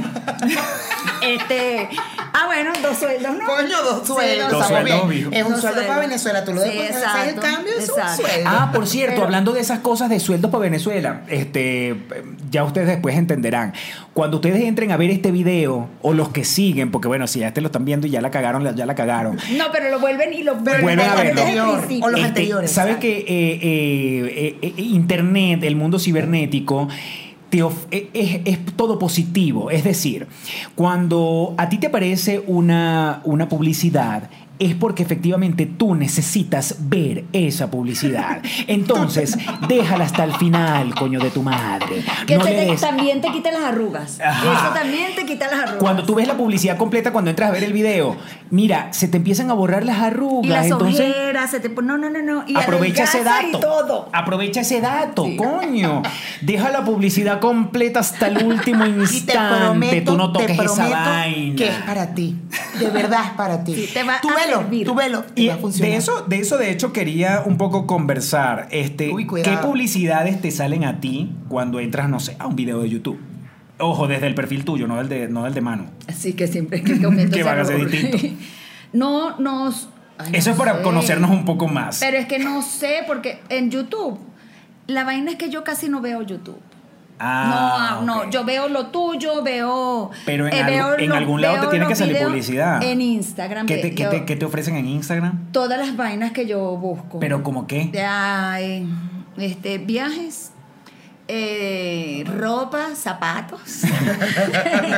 este, ah, bueno, dos sueldos, ¿no?
Coño, dos
Sí,
sueldos.
Dos
estamos
sueldos,
bien.
mijo.
Es un
Dos
sueldo para
sueldos.
Venezuela. Tú lo
Sí,
después haces el
exacto,
cambio, es un
exacto.
sueldo.
Ah, por cierto,
Pero-
hablando de esas cosas de sueldos para Venezuela, este, ya ustedes después entenderán. Cuando ustedes entren a ver este video, o los que siguen, porque bueno, si ya este lo están viendo y ya la cagaron, la- ya la cagaron.
No, pero lo vuelven y lo
Vuelven a
desde el
verlo.
principio.
O los
Este,
anteriores,
¿Sabes
exacto.
que eh, eh, eh, eh, Internet, el mundo cibernético, te of- eh, es, es todo positivo? Es decir, cuando a ti te aparece una, una publicidad, es porque efectivamente tú necesitas ver esa publicidad. Entonces, déjala hasta el final, coño de tu madre.
Que
No
se
le
te-
des-
también te quita las arrugas.
Ajá.
Eso también te quita las arrugas.
Cuando tú ves la publicidad completa, cuando entras a ver el video, mira, se te empiezan a borrar las arrugas.
y las
entonces,
ojeras, se te pon- no, no, no, no. Y
Aprovecha ese
adelgazas
dato.
Y todo.
Aprovecha ese dato,
Sí.
coño. Deja la publicidad completa hasta el último
Y
instante.
te prometo,
pues Tú no
te
toques esa
prometo
vaina.
que es para ti. De verdad es para ti.
Sí, te va
tú
a
velo,
servir.
tú velo, y
Y
va a funcionar.
de eso, de eso, de hecho, quería un poco conversar. Este,
Uy,
¿Qué
cuidado.
publicidades te salen a ti cuando entras, no sé, a un video de YouTube? Ojo, desde el perfil tuyo, no del de, no del de Manu.
Así que siempre que
*laughs*
cometo
Que
ese
van a ser
error.
distintos.
*laughs* no nos. ay,
Eso
no
es para
sé.
conocernos un poco más.
Pero es que no sé, porque en YouTube, la vaina es que yo casi no veo YouTube.
Ah,
no,
ok.
no, yo veo lo tuyo, veo. eh,
Pero en, algo-
veo
en
lo-
algún lado
veo
te tiene
los
que salir
videos
publicidad.
En Instagram.
¿Qué
ve-
te, qué
yo-
te- qué te ofrecen en Instagram?
todas las vainas que yo busco.
¿Pero como qué?
Ay, este, viajes, eh, ropa, zapatos, *laughs*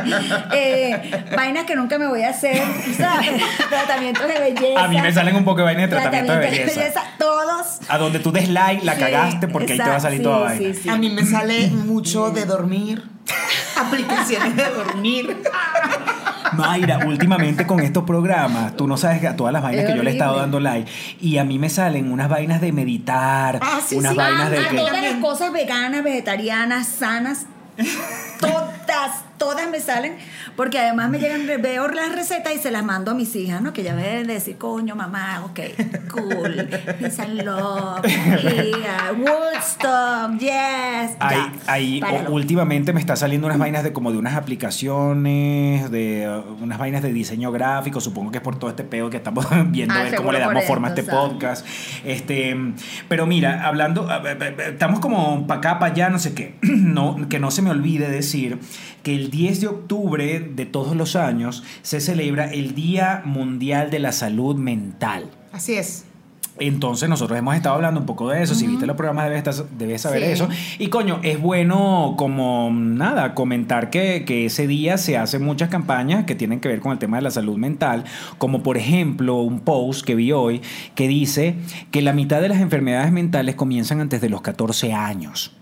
eh, vainas que nunca me voy a hacer, ¿sabes? *laughs* Tratamientos de belleza.
A mí me salen un poco de vaina de tratamiento de
Tratamientos
belleza.
Todos.
A donde tú des like, la
Sí,
cagaste porque ahí te va a salir
exacto,
toda
sí,
vaina.
sí, sí.
A mí me sale mucho de
*laughs*
dormir. Aplicaciones de dormir.
Mayra, últimamente con estos programas, tú no sabes que a todas las vainas
Es
que yo le he estado
horrible.
dando like. Y a mí me salen unas vainas de meditar,
Ah, sí,
unas
sí.
vainas
Ah,
de
ah,
que.
todas las cosas veganas,
*laughs*
vegetarianas, sanas. Todas, todas me salen. Porque además me llegan, veo las recetas y se las mando a mis hijas, ¿no? Que ya me deben decir, coño, mamá, ok, cool. Peace and love, here, Woodstock, yes.
Hay,
Ya,
hay-
páralo.
o- últimamente me está saliendo unas vainas de como de unas aplicaciones, de uh, unas vainas de diseño gráfico, supongo que es por todo este peo que estamos *laughs* viendo,
Ah,
a ver cómo le
seguro por
damos
esto,
forma a este
exacto.
podcast. Este, pero mira, hablando, a- a- a- estamos como para acá, para allá, no sé qué, *clears throat* no, que no se me olvide decir que el 10 de octubre de todos los años se celebra el Día Mundial de la Salud Mental.
Así es.
Entonces nosotros hemos estado hablando un poco de eso, si viste los programas debes, estar- debes saber
Sí.
eso. Y coño, es bueno como nada, comentar que, que ese día se hacen muchas campañas que tienen que ver con el tema de la salud mental, como por ejemplo un post que vi hoy que dice que la mitad de las enfermedades mentales comienzan antes de los 14 años.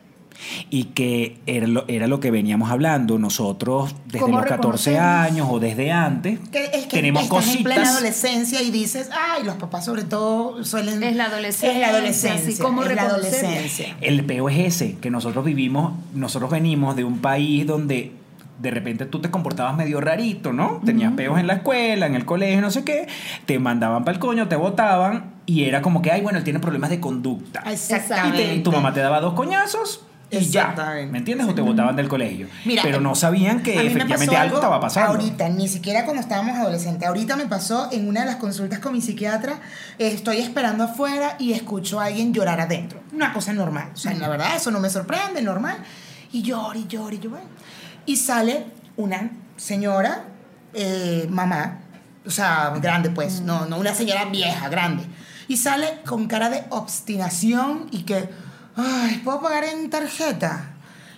Y que era lo, era lo que veníamos hablando nosotros desde
¿Cómo
los 14
reconocemos?
años o desde antes.
Que es que
tenemos
estás en plena
cositas.
adolescencia y dices, ay, los papás sobre todo suelen...
Es la adolescencia,
Es la adolescencia.
así como
es la
reconocer.
adolescencia.
El peo es ese, que nosotros vivimos, nosotros venimos de un país donde de repente tú te comportabas medio rarito, ¿no? Tenías peos en la escuela, en el colegio, no sé qué, te mandaban para el coño, te botaban y era como que, ay, bueno, él tiene problemas de conducta. Y
Exactamente.
te- tu mamá te daba dos coñazos. Y ya,
Exactamente.
¿me entiendes? O te botaban del colegio.
Mira, eh,
Pero no sabían que
A mí me
efectivamente
pasó
algo estaba pasando.
Ahorita, ni siquiera cuando estábamos adolescentes. Ahorita me pasó en una de las consultas con mi psiquiatra. eh, Estoy esperando afuera y escucho a alguien llorar adentro. Una cosa normal. O sea, la verdad, eso no me sorprende, normal. Y lloro y lloro y yo, bueno. Y sale una señora, eh, mamá, o sea, grande pues, no, no una señora vieja, grande. Y sale con cara de obstinación y que, ay, ¿puedo pagar en tarjeta?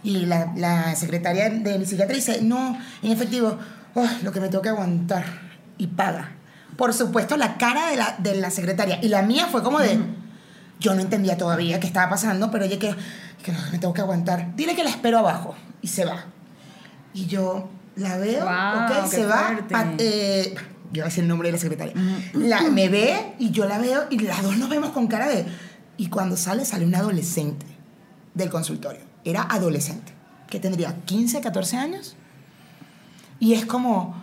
Y la, la secretaria de mi psiquiatra dice, no, en efectivo, Ay, lo que me tengo que aguantar. Y paga. Por supuesto, la cara de la, de la secretaria y la mía fue como de, yo no entendía todavía qué estaba pasando, pero ella que, que no, me tengo que aguantar. Dile que la espero abajo y se va. Y yo la veo,
Guau,
ok,
qué
se va.
fuerte.
pa- eh, yo voy a decir el nombre de la secretaria. La- me ve y yo la veo y las dos nos vemos con cara de... Y cuando sale, sale un adolescente del consultorio. Era adolescente, que tendría 15, 14 años. Y es como,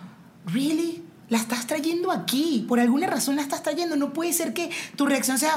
¿really? La estás trayendo aquí. Por alguna razón la estás trayendo. No puede ser que tu reacción sea,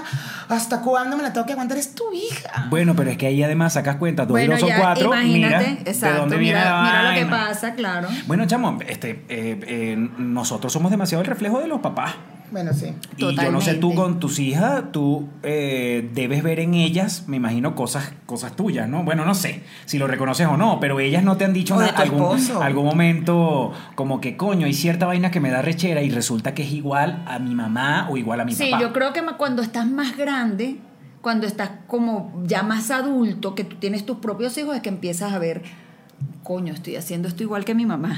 ¿hasta cuándo me la tengo que aguantar? Es tu hija.
Bueno, pero es que ahí además sacas cuenta, dos y dos son cuatro.
imagínate,
mira de
exacto,
dónde viene
mira,
la
mira lo que
vaina.
pasa, claro.
Bueno, chamo, este, eh, eh, nosotros somos demasiado el reflejo de los papás.
Bueno, sí.
Y yo no sé, tú
Totalmente.
con tus hijas, tú eh, debes ver en ellas, me imagino, cosas, cosas tuyas, ¿no? Bueno, no sé si lo reconoces o no, pero ellas no te han dicho
O de
na-
tu
algún,
esposo.
algún momento como que, coño, hay cierta vaina que me da rechera y resulta que es igual a mi mamá o igual a mi
Sí,
papá.
yo creo que ma- cuando estás más grande, cuando estás como ya más adulto, que tú tienes tus propios hijos, es que empiezas a ver, coño, estoy haciendo esto igual que mi mamá.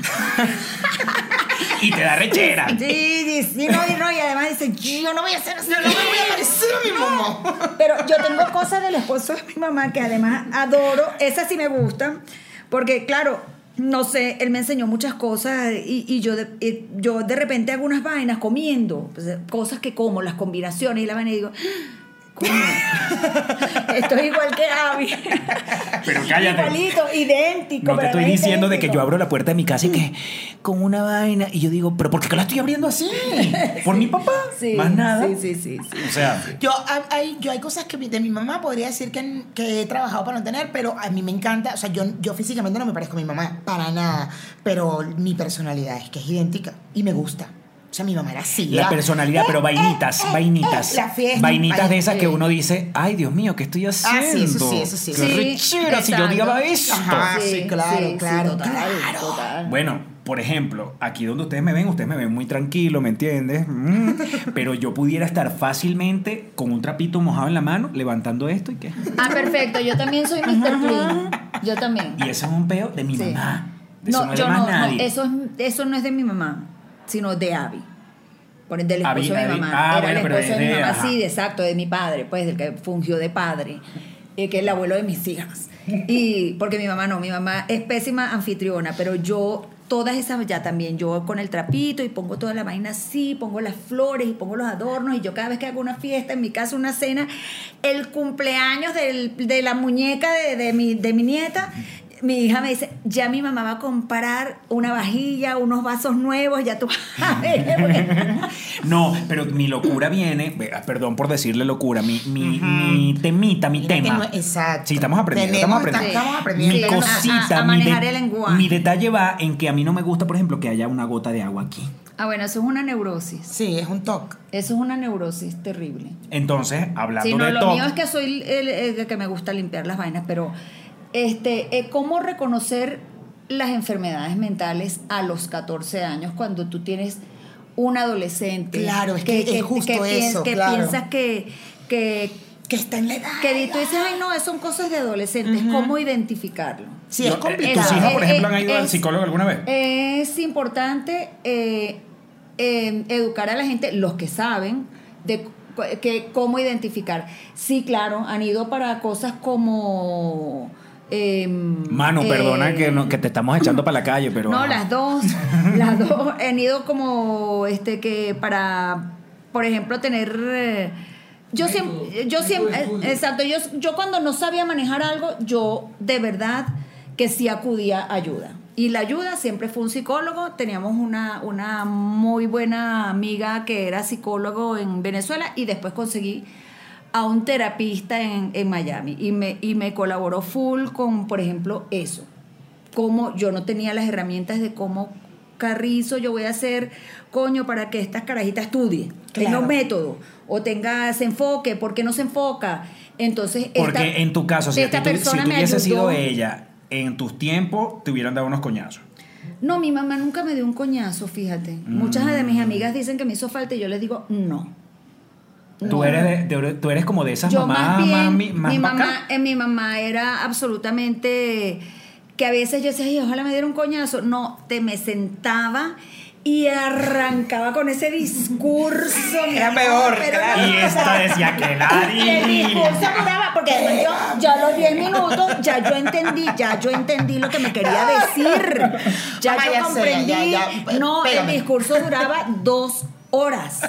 Y te da rechera.
*laughs* Sí, sí, sí, no, y no, y además dice, yo no voy a hacer así.
No, no me voy a parecer a mi mamá.
Pero yo tengo cosas del esposo de mi mamá que además adoro, esas sí me gustan, porque claro, no sé, él me enseñó muchas cosas y, y yo, de, y yo de repente hago unas vainas comiendo, pues, cosas que como, las combinaciones y la vaina y digo,
*laughs*
"Coño, estoy igual que Abby.
Pero cállate.
Igualito, idéntico.
No te
pero
estoy
no es
diciendo de que yo
idéntico.
abro la puerta de mi casa y que
Mm.
con una vaina y yo digo, pero ¿por qué la estoy abriendo
*laughs*
así? Por mi papá.
Sí,
Más nada.
Sí, sí, sí. sí.
O sea,
Yo a- hay, yo hay cosas que mi- de mi mamá podría decir que, que he trabajado para no tener, pero a mí me encanta. O sea, yo, yo físicamente no me parezco a mi mamá, para nada. Pero mi personalidad es que es idéntica y me gusta. O sea, mi mamá era así.
la
era-
personalidad,
Eh,
pero
eh,
vainitas,
eh,
vainitas.
eh, la fiesta.
vainitas de esas
Ay,
que
eh.
uno dice, ay Dios mío, ¿qué estoy haciendo?
Ah, sí, eso sí, eso sí.
Qué
Sí,
rechera si yo
exacto.
digaba eso.
Ajá, sí, claro, claro,
total,
claro.
total.
Bueno, por ejemplo, aquí donde ustedes me ven, ustedes me ven muy tranquilo, ¿me entiendes?
*laughs*
Mm, pero yo pudiera estar fácilmente con un trapito mojado en la mano, levantando esto y qué.
Ah, perfecto, yo también soy Mr. Clean. Yo también.
Y eso es un peo de mi
Sí.
mamá. De eso no, es de más nadie.
eso, es- eso no es de mi mamá, sino de Abby. Por el del
Abby,
esposo de mi
Abby.
mamá.
Ah,
Era
bueno,
el
pero
esposo de, mi
de-
mamá,
ajá.
sí, exacto, de mi padre, pues, del que fungió de padre, eh, que es el abuelo de mis hijas. Y porque mi mamá no, mi mamá es pésima anfitriona, pero yo. Todas esas, ya también, yo con el trapito y pongo toda la vaina así, pongo las flores y pongo los adornos y yo cada vez que hago una fiesta, en mi casa una cena, el cumpleaños del- de la muñeca de, de mi, de mi nieta, mi hija me dice, ya mi mamá va a comprar una vajilla, unos vasos nuevos, ya tú *laughs* sabes.
No, pero mi locura viene, ve, ah, perdón por decirle locura, mi, mi, mi temita, mi
Mira que
tema.
no- exacto.
Sí, estamos aprendiendo.
Tenemos-
estamos aprendiendo.
estamos aprendiendo.
Mi
Sí, a-
cosita,
a
mi,
manejar
de-
el lenguaje.
mi detalle va en que a mí no me gusta, por ejemplo, que haya una gota de agua aquí.
ah, bueno, eso es una neurosis.
Sí, es un toque.
Eso es una neurosis terrible.
Entonces, hablando
Sí, no,
de
lo
toc-
mío es que soy el, el que me gusta limpiar las vainas, pero este, eh, ¿cómo reconocer las enfermedades mentales a los 14 años cuando tú tienes un adolescente.
Claro, es que es justo
piens-
eso,
que
claro.
piensas que, que,
Que está en la edad.
que di- tú dices, ay, no, son cosas de adolescentes. ¿Cómo identificarlo?
Sí, es
No, eh,
complicado.
¿Tus hijas, por
Eh,
ejemplo,
eh,
han ido al
es-
psicólogo alguna vez?
Es importante eh, eh, educar a la gente, los que saben, de cu- que, cómo identificar. Sí, claro, han ido para cosas como... eh,
Mano,
eh,
perdona que, no- que te estamos echando para la calle, pero.
No,
ajá. *laughs*
las dos, las dos han ido como, este, que para, por ejemplo, tener... eh, yo
Método,
siempre, yo
método de
siempre, eh,
estudio.
exacto, yo, yo cuando no sabía manejar algo, yo de verdad que sí acudía a ayuda. Y la ayuda siempre fue un psicólogo. Teníamos una, una muy buena amiga que era psicólogo en Venezuela y después conseguí a un terapista en, en Miami y me, y me colaboró full con, por ejemplo, eso cómo yo no tenía las herramientas de cómo carrizo yo voy a hacer, coño, para que estas carajitas estudien, tenga un
Claro.
método o tenga se enfoque, ¿por qué no se enfoca? Entonces,
Porque
esta-
en tu caso, si,
esta
a ti tu- si
persona
tú
me
hubiese sido
ayudó.
ella, en tus tiempos te hubieran dado unos coñazos.
No, mi mamá nunca me dio un coñazo, fíjate. Muchas de
Mm.
mis amigas dicen que me hizo falta y yo les digo, no.
Tú,
No.
eres de- de- tú eres como de esas
Yo
mamás
más bien,
mami, más
mi,
bacán.
mamá, eh, mi mamá era absolutamente que a veces yo decía, "Ay, ojalá me diera un coñazo. No, te me sentaba y arrancaba con ese discurso.
Era peor,
pero
claro.
no,
Y
o sea,
esta decía que
*laughs* el discurso
la
duraba, porque además yo, yo a los 10 minutos ya yo entendí, ya yo entendí lo que me quería decir. Ya
Mamá, ya
yo
sé, ya,
comprendí.
ya, ya,
no,
pégame.
el discurso duraba dos horas.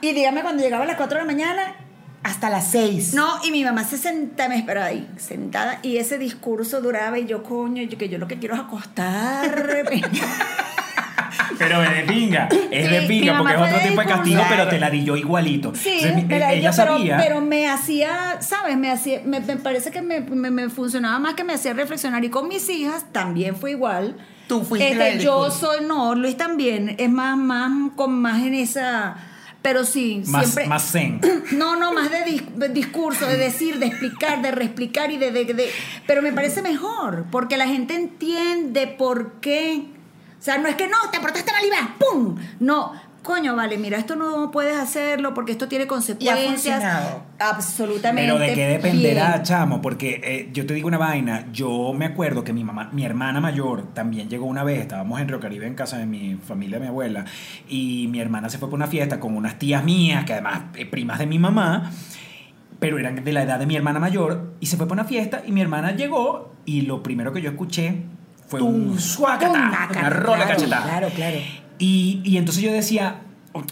Y dígame cuando llegaba a las 4 de la mañana,
Hasta las seis.
no, y mi mamá se sentaba, me esperaba ahí, sentada, y ese discurso duraba, y yo, coño, yo, que yo lo que quiero
*laughs*
es acostarme.
Pero es de pinga, es
Sí,
de
mi
pinga, porque es
mamá
otro
fue
tipo de
discurso.
castigo, pero
Claro.
te la di yo igualito.
Sí,
Entonces, mi-
pero,
ella
yo- pero-
sabía.
pero me hacía, ¿sabes? Me hacía, me, me parece que me, me- me funcionaba más que me hacía reflexionar. Y con mis hijas también fue igual.
Tú fuiste la
Este,
del
yo
discurso.
soy, no, Luis también, es más, más, con más en esa. Pero sí,
más,
siempre.
más zen.
No, no, más de, dis- de discurso, de decir, de explicar, de reexplicar y de, de- de- Pero me parece mejor, porque la gente entiende por qué. O sea, no es que no, te portaste mal y vas, ¡pum! No, coño, vale, mira, esto no puedes hacerlo porque esto tiene consecuencias.
funcionado.
Absolutamente.
Pero de qué dependerá,
bien.
chamo, porque eh, yo te digo una vaina, yo me acuerdo que mi mamá, mi hermana mayor también llegó una vez, estábamos en Río Caribe en casa de mi familia, de mi abuela, y mi hermana se fue para una fiesta con unas tías mías, que además eh, primas de mi mamá, pero eran de la edad de mi hermana mayor, y se fue para una fiesta y mi hermana llegó y lo primero que yo escuché fue un suácata,
pum,
una
nácata,
rola
claro,
cachetada.
Claro, claro.
Y, y entonces yo decía,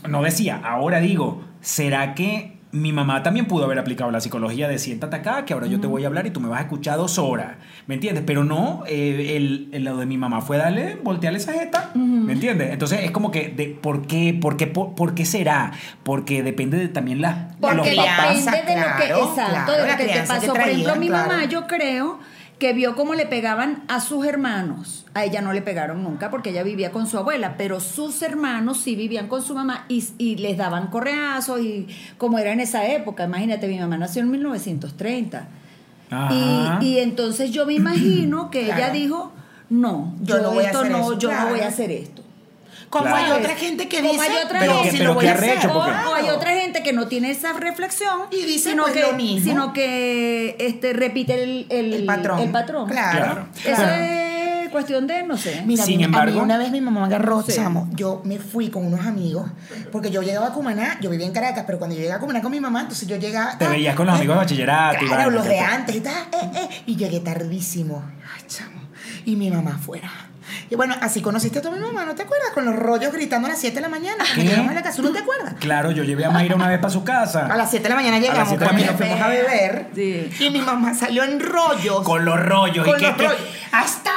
no decía, ahora digo, ¿será que mi mamá también pudo haber aplicado la psicología de siéntate acá, que ahora yo te voy a hablar y tú me vas a escuchar dos horas? ¿Me entiendes? Pero no, eh, el, el lado de mi mamá fue darle, voltearle esa jeta, ¿me entiendes? Entonces es como que, de, ¿por qué? ¿Por qué, por, por qué será? Porque depende de también la,
Porque
los papás.
papás,
depende de lo que,
claro,
exacto,
claro,
de
la
lo que te
crianza que
pasó. Por ejemplo,
traían,
mi
claro.
mamá, yo creo que vio cómo le pegaban a sus hermanos. A ella no le pegaron nunca porque ella vivía con su abuela, pero sus hermanos sí vivían con su mamá y, y les daban correazos y como era en esa época. Imagínate, mi mamá nació en 1930.
Ajá.
Y, y entonces yo me imagino que ella
Claro.
dijo, no, yo,
Yo no voy a
esto
hacer
no,
eso".
yo
Claro.
no voy a hacer esto.
Como
Claro.
hay otra gente que
Como
dice,
hay otra
pero,
gente-
si
Pero
lo voy
qué
a hacer.
arrecho,
O,
porque-
o hay otra gente que no tiene esa reflexión
Y dice,
sino
pues,
que,
lo mismo.
sino que este, repite el, el-
El patrón.
el patrón.
Claro.
Claro.
Eso
Claro.
es cuestión de, no sé.
Mira, a
Sin
mí- a mí
embargo-
una vez mi mamá agarró,
Sí.
chamo, yo me fui con unos amigos, porque yo llegaba a Cumaná, yo vivía en Caracas, pero cuando yo llegaba a Cumaná con mi mamá, entonces yo llegaba...
Te
ah,
veías con los
ah,
amigos de bachillerato y
Claro,
vaina,
los
que
de
te-
antes y tal, eh, eh, y llegué tardísimo, ay, chamo, y mi mamá fuera. Y bueno, así conociste tú a mi mamá, ¿no te acuerdas? Con los rollos gritando a las 7 de la mañana,
¿Qué?
que llegamos a la casa, ¿no te acuerdas?
Claro, yo llevé a Mayra una vez para su casa.
A las 7 de la mañana
las
llegamos,
siete de la
porque nos fuimos a beber,
Sí.
y mi mamá salió en rollos.
con los rollos.
Con
y que,
los
que-
rollos.
¡Hasta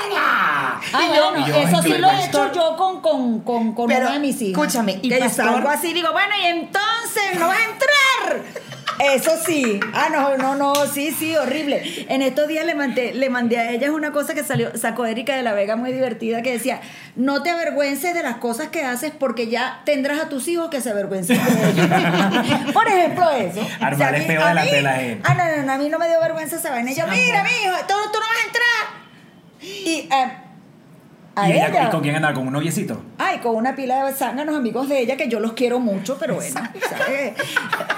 ahora!
Ah,
y yo-
bueno,
y yo,
eso
ay,
sí
qué
lo he
vergüenza.
hecho yo con, con, con, con
Pero,
una de mis hijas.
escúchame, y
que yo
pastor-
salgo así y digo, bueno, y entonces no vas a entrar. Eso sí. Ah, no, no, no, sí, sí, horrible. En estos días le mandé, le mandé a ellas una cosa que salió, sacó Erika de la Vega muy divertida, que decía, no te avergüences de las cosas que haces porque ya tendrás a tus hijos que se avergüencen de ellos. *laughs* Por ejemplo, eso.
Armar
a
el
mí-
peo
a
delante
mí-
de la gente.
Ah, no, no, no, a mí no me dio vergüenza esa vaina. Y yo, mira, mijo, tú, tú no vas a entrar. Y... ah, a
¿Y, ella-
ella.
¿Y con quién andaba? ¿Con un noviecito?
Ay, con una pila de zánganos amigos de ella que yo los quiero mucho, pero bueno, ¿sabes?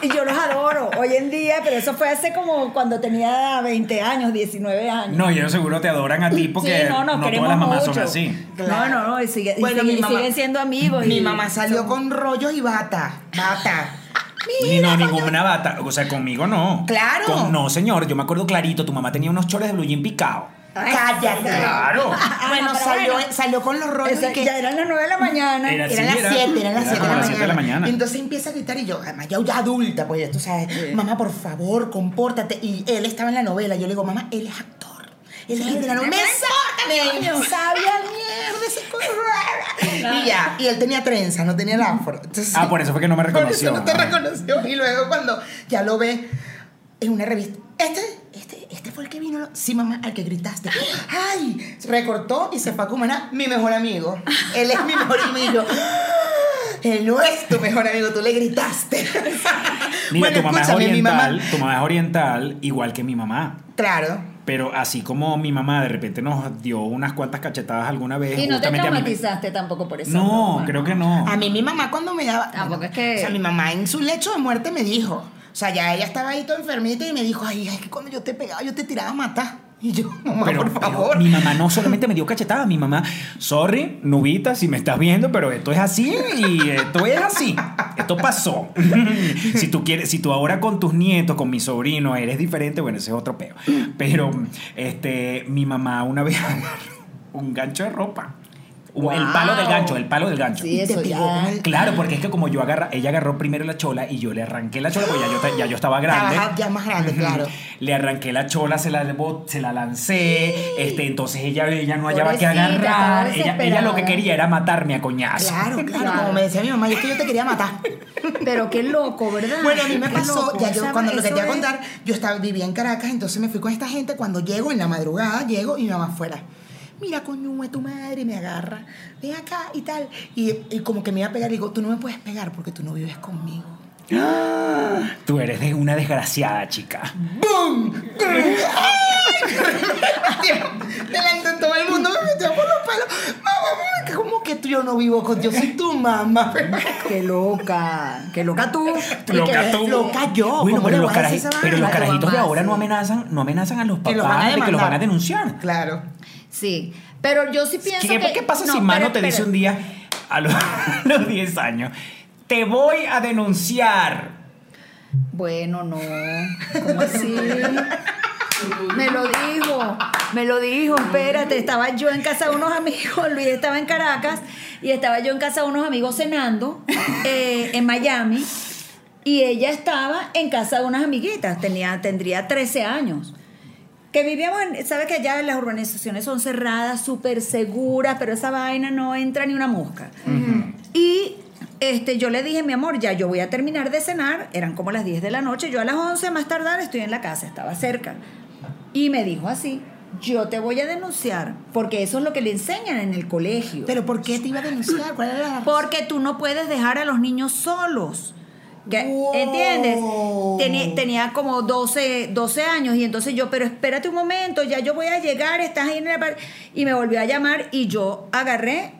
Y yo los adoro hoy en día, pero eso fue hace como cuando tenía 20 años, 19 años.
No, yo seguro te adoran a ti porque
Sí,
no, todas
queremos
las mamás son
mucho.
así.
No, no, no, y, sigue- y
Bueno,
sigue-
mi
y
mamá-
siguen siendo amigos.
Mi
y-
mamá salió con rollos y bata. Bata.
Ni no, ninguna bata. O sea, conmigo no.
Claro.
Con- no, señor. Yo me acuerdo clarito. Tu mamá tenía unos chores de blue jean picado.
Ay,
Cállate.
Claro.
Ah,
Bueno,
no, pero
salió,
bueno.
salió con los rollos
Esa-
y que
ya eran las 9 de la mañana.
Era-
Eran
Sí,
las 7, eran
era
las 7 de,
como
la
las siete de la
mañana.
mañana.
Entonces empieza a gritar y yo, además ya, ya adulta, pues ya tú sabes, mamá, por favor, compórtate. Y él estaba en la novela, yo le digo, mamá, él es actor. Él es el de la novela. ¡Me importa, me sabía mierda ese co- Y ya, y él tenía trenza, no tenía el afro. Entonces-
Ah, por eso fue que no me reconoció.
Por eso no te
Ah.
reconoció. Y luego cuando ya lo ve en una revista, este, este, este fue el que vino. Sí, mamá, al que gritaste. ¡Ay! Recortó y se fue a Cumaná, mi mejor amigo. Él es mi mejor amigo. Él no es tu mejor amigo, tú le gritaste.
Mira, tu mamá es
escúchame, mi mamá-
oriental. Tu mamá es oriental, igual que mi mamá.
Claro.
Pero así como mi mamá de repente nos dio unas cuantas cachetadas alguna vez.
Y no
justamente
te
a mí me-
traumatizaste tampoco por eso.
No, creo que no.
A mí mi mamá cuando me daba...
Ah, porque es que-
O sea, mi mamá en su lecho de muerte me dijo... O sea, ya ella estaba ahí toda enfermita y me dijo, ay, es que cuando yo te pegaba, yo te tiraba a matar. Y yo, mamá,
Pero,
por
pero
favor.
mi mamá no solamente me dio cachetadas, mi mamá, sorry, Nubita, si me estás viendo, pero esto es así y esto es así. Esto pasó. *laughs* si tú quieres, si tú ahora con tus nietos, con mi sobrino, eres diferente, bueno, ese es otro peo. Pero este, mi mamá una vez *laughs* agarró un gancho de ropa. O El palo del gancho, el palo del gancho.
Sí, eso
Te pegó
ya.
con el-
Claro, porque es que como yo agarra, ella agarró primero la chola y yo le arranqué la chola, porque ya yo, ta- ya yo estaba grande.
Estaba ya más grande, claro.
Le arranqué la chola, se la, bot- se la lancé, este, entonces ella, ella no hallaba que
Pobrecita,
agarrar.
estaba
Ella, ella lo que
desesperada.
quería era matarme a coñazo.
Claro, claro,
Claro.
Como me decía mi mamá, es que yo te quería matar.
Pero qué loco, ¿verdad?
Bueno, a mí me
Qué
pasó,
loco.
ya yo
Esa-
cuando lo que
eso
te voy a
es-
contar, yo estaba, vivía en Caracas, entonces me fui con esta gente, cuando llego en la madrugada, llego y mi mamá fuera. Mira, coño, es tu madre, y me agarra, ven acá y tal. Y, y como que me iba a pegar, y digo, tú no me puedes pegar porque tú no vives conmigo. *laughs*
Tú eres de una desgraciada, chica.
Delante de todo el mundo me metió por los pelos. Mamá, mamá, que como que tú, yo no vivo con yo soy tu mamá. *laughs*
Qué loca. Qué loca tú. Y
*laughs*
que-
Loca tú.
loca yo,
Bueno,
¿cómo
pero
le
los,
voy a decir
caraji-
esa
pero
vaina?
los
A tu
carajitos de
mamá,
ahora no
sí.
amenazan, no amenazan a los
Que los van a
papás de que los van a
demandar.
denunciar.
Claro.
Sí. Pero yo sí pienso
¿Qué,
que.
qué pasa
no,
si Mano
pero-
te dice
pero-
un día a los, *laughs* a los 10 años? Te voy a denunciar.
Bueno, no. ¿Cómo así? Me lo dijo, me lo dijo, espérate, estaba yo en casa de unos amigos, *laughs* Luis estaba en Caracas y estaba yo en casa de unos amigos cenando eh, en Miami y ella estaba en casa de unas amiguitas, tenía, tendría 13 años. Que vivíamos en, sabes que allá las urbanizaciones son cerradas, súper seguras, pero esa vaina no entra ni una mosca. Y este, yo le dije, mi amor, ya yo voy a terminar de cenar, eran como las 10 de la noche, yo a las 11 más tardar estoy en la casa, estaba cerca. Y me dijo así, yo te voy a denunciar, porque eso es lo que le enseñan en el colegio.
Pero ¿por qué te iba a denunciar? ¿Cuál era la razón?
Porque tú no puedes dejar a los niños solos. Que-
Wow.
¿Entiendes? Tenía, tenía como 12, 12 años y entonces yo, pero espérate un momento, ya yo voy a llegar, estás ahí en la par-". Y me volvió a llamar y yo agarré,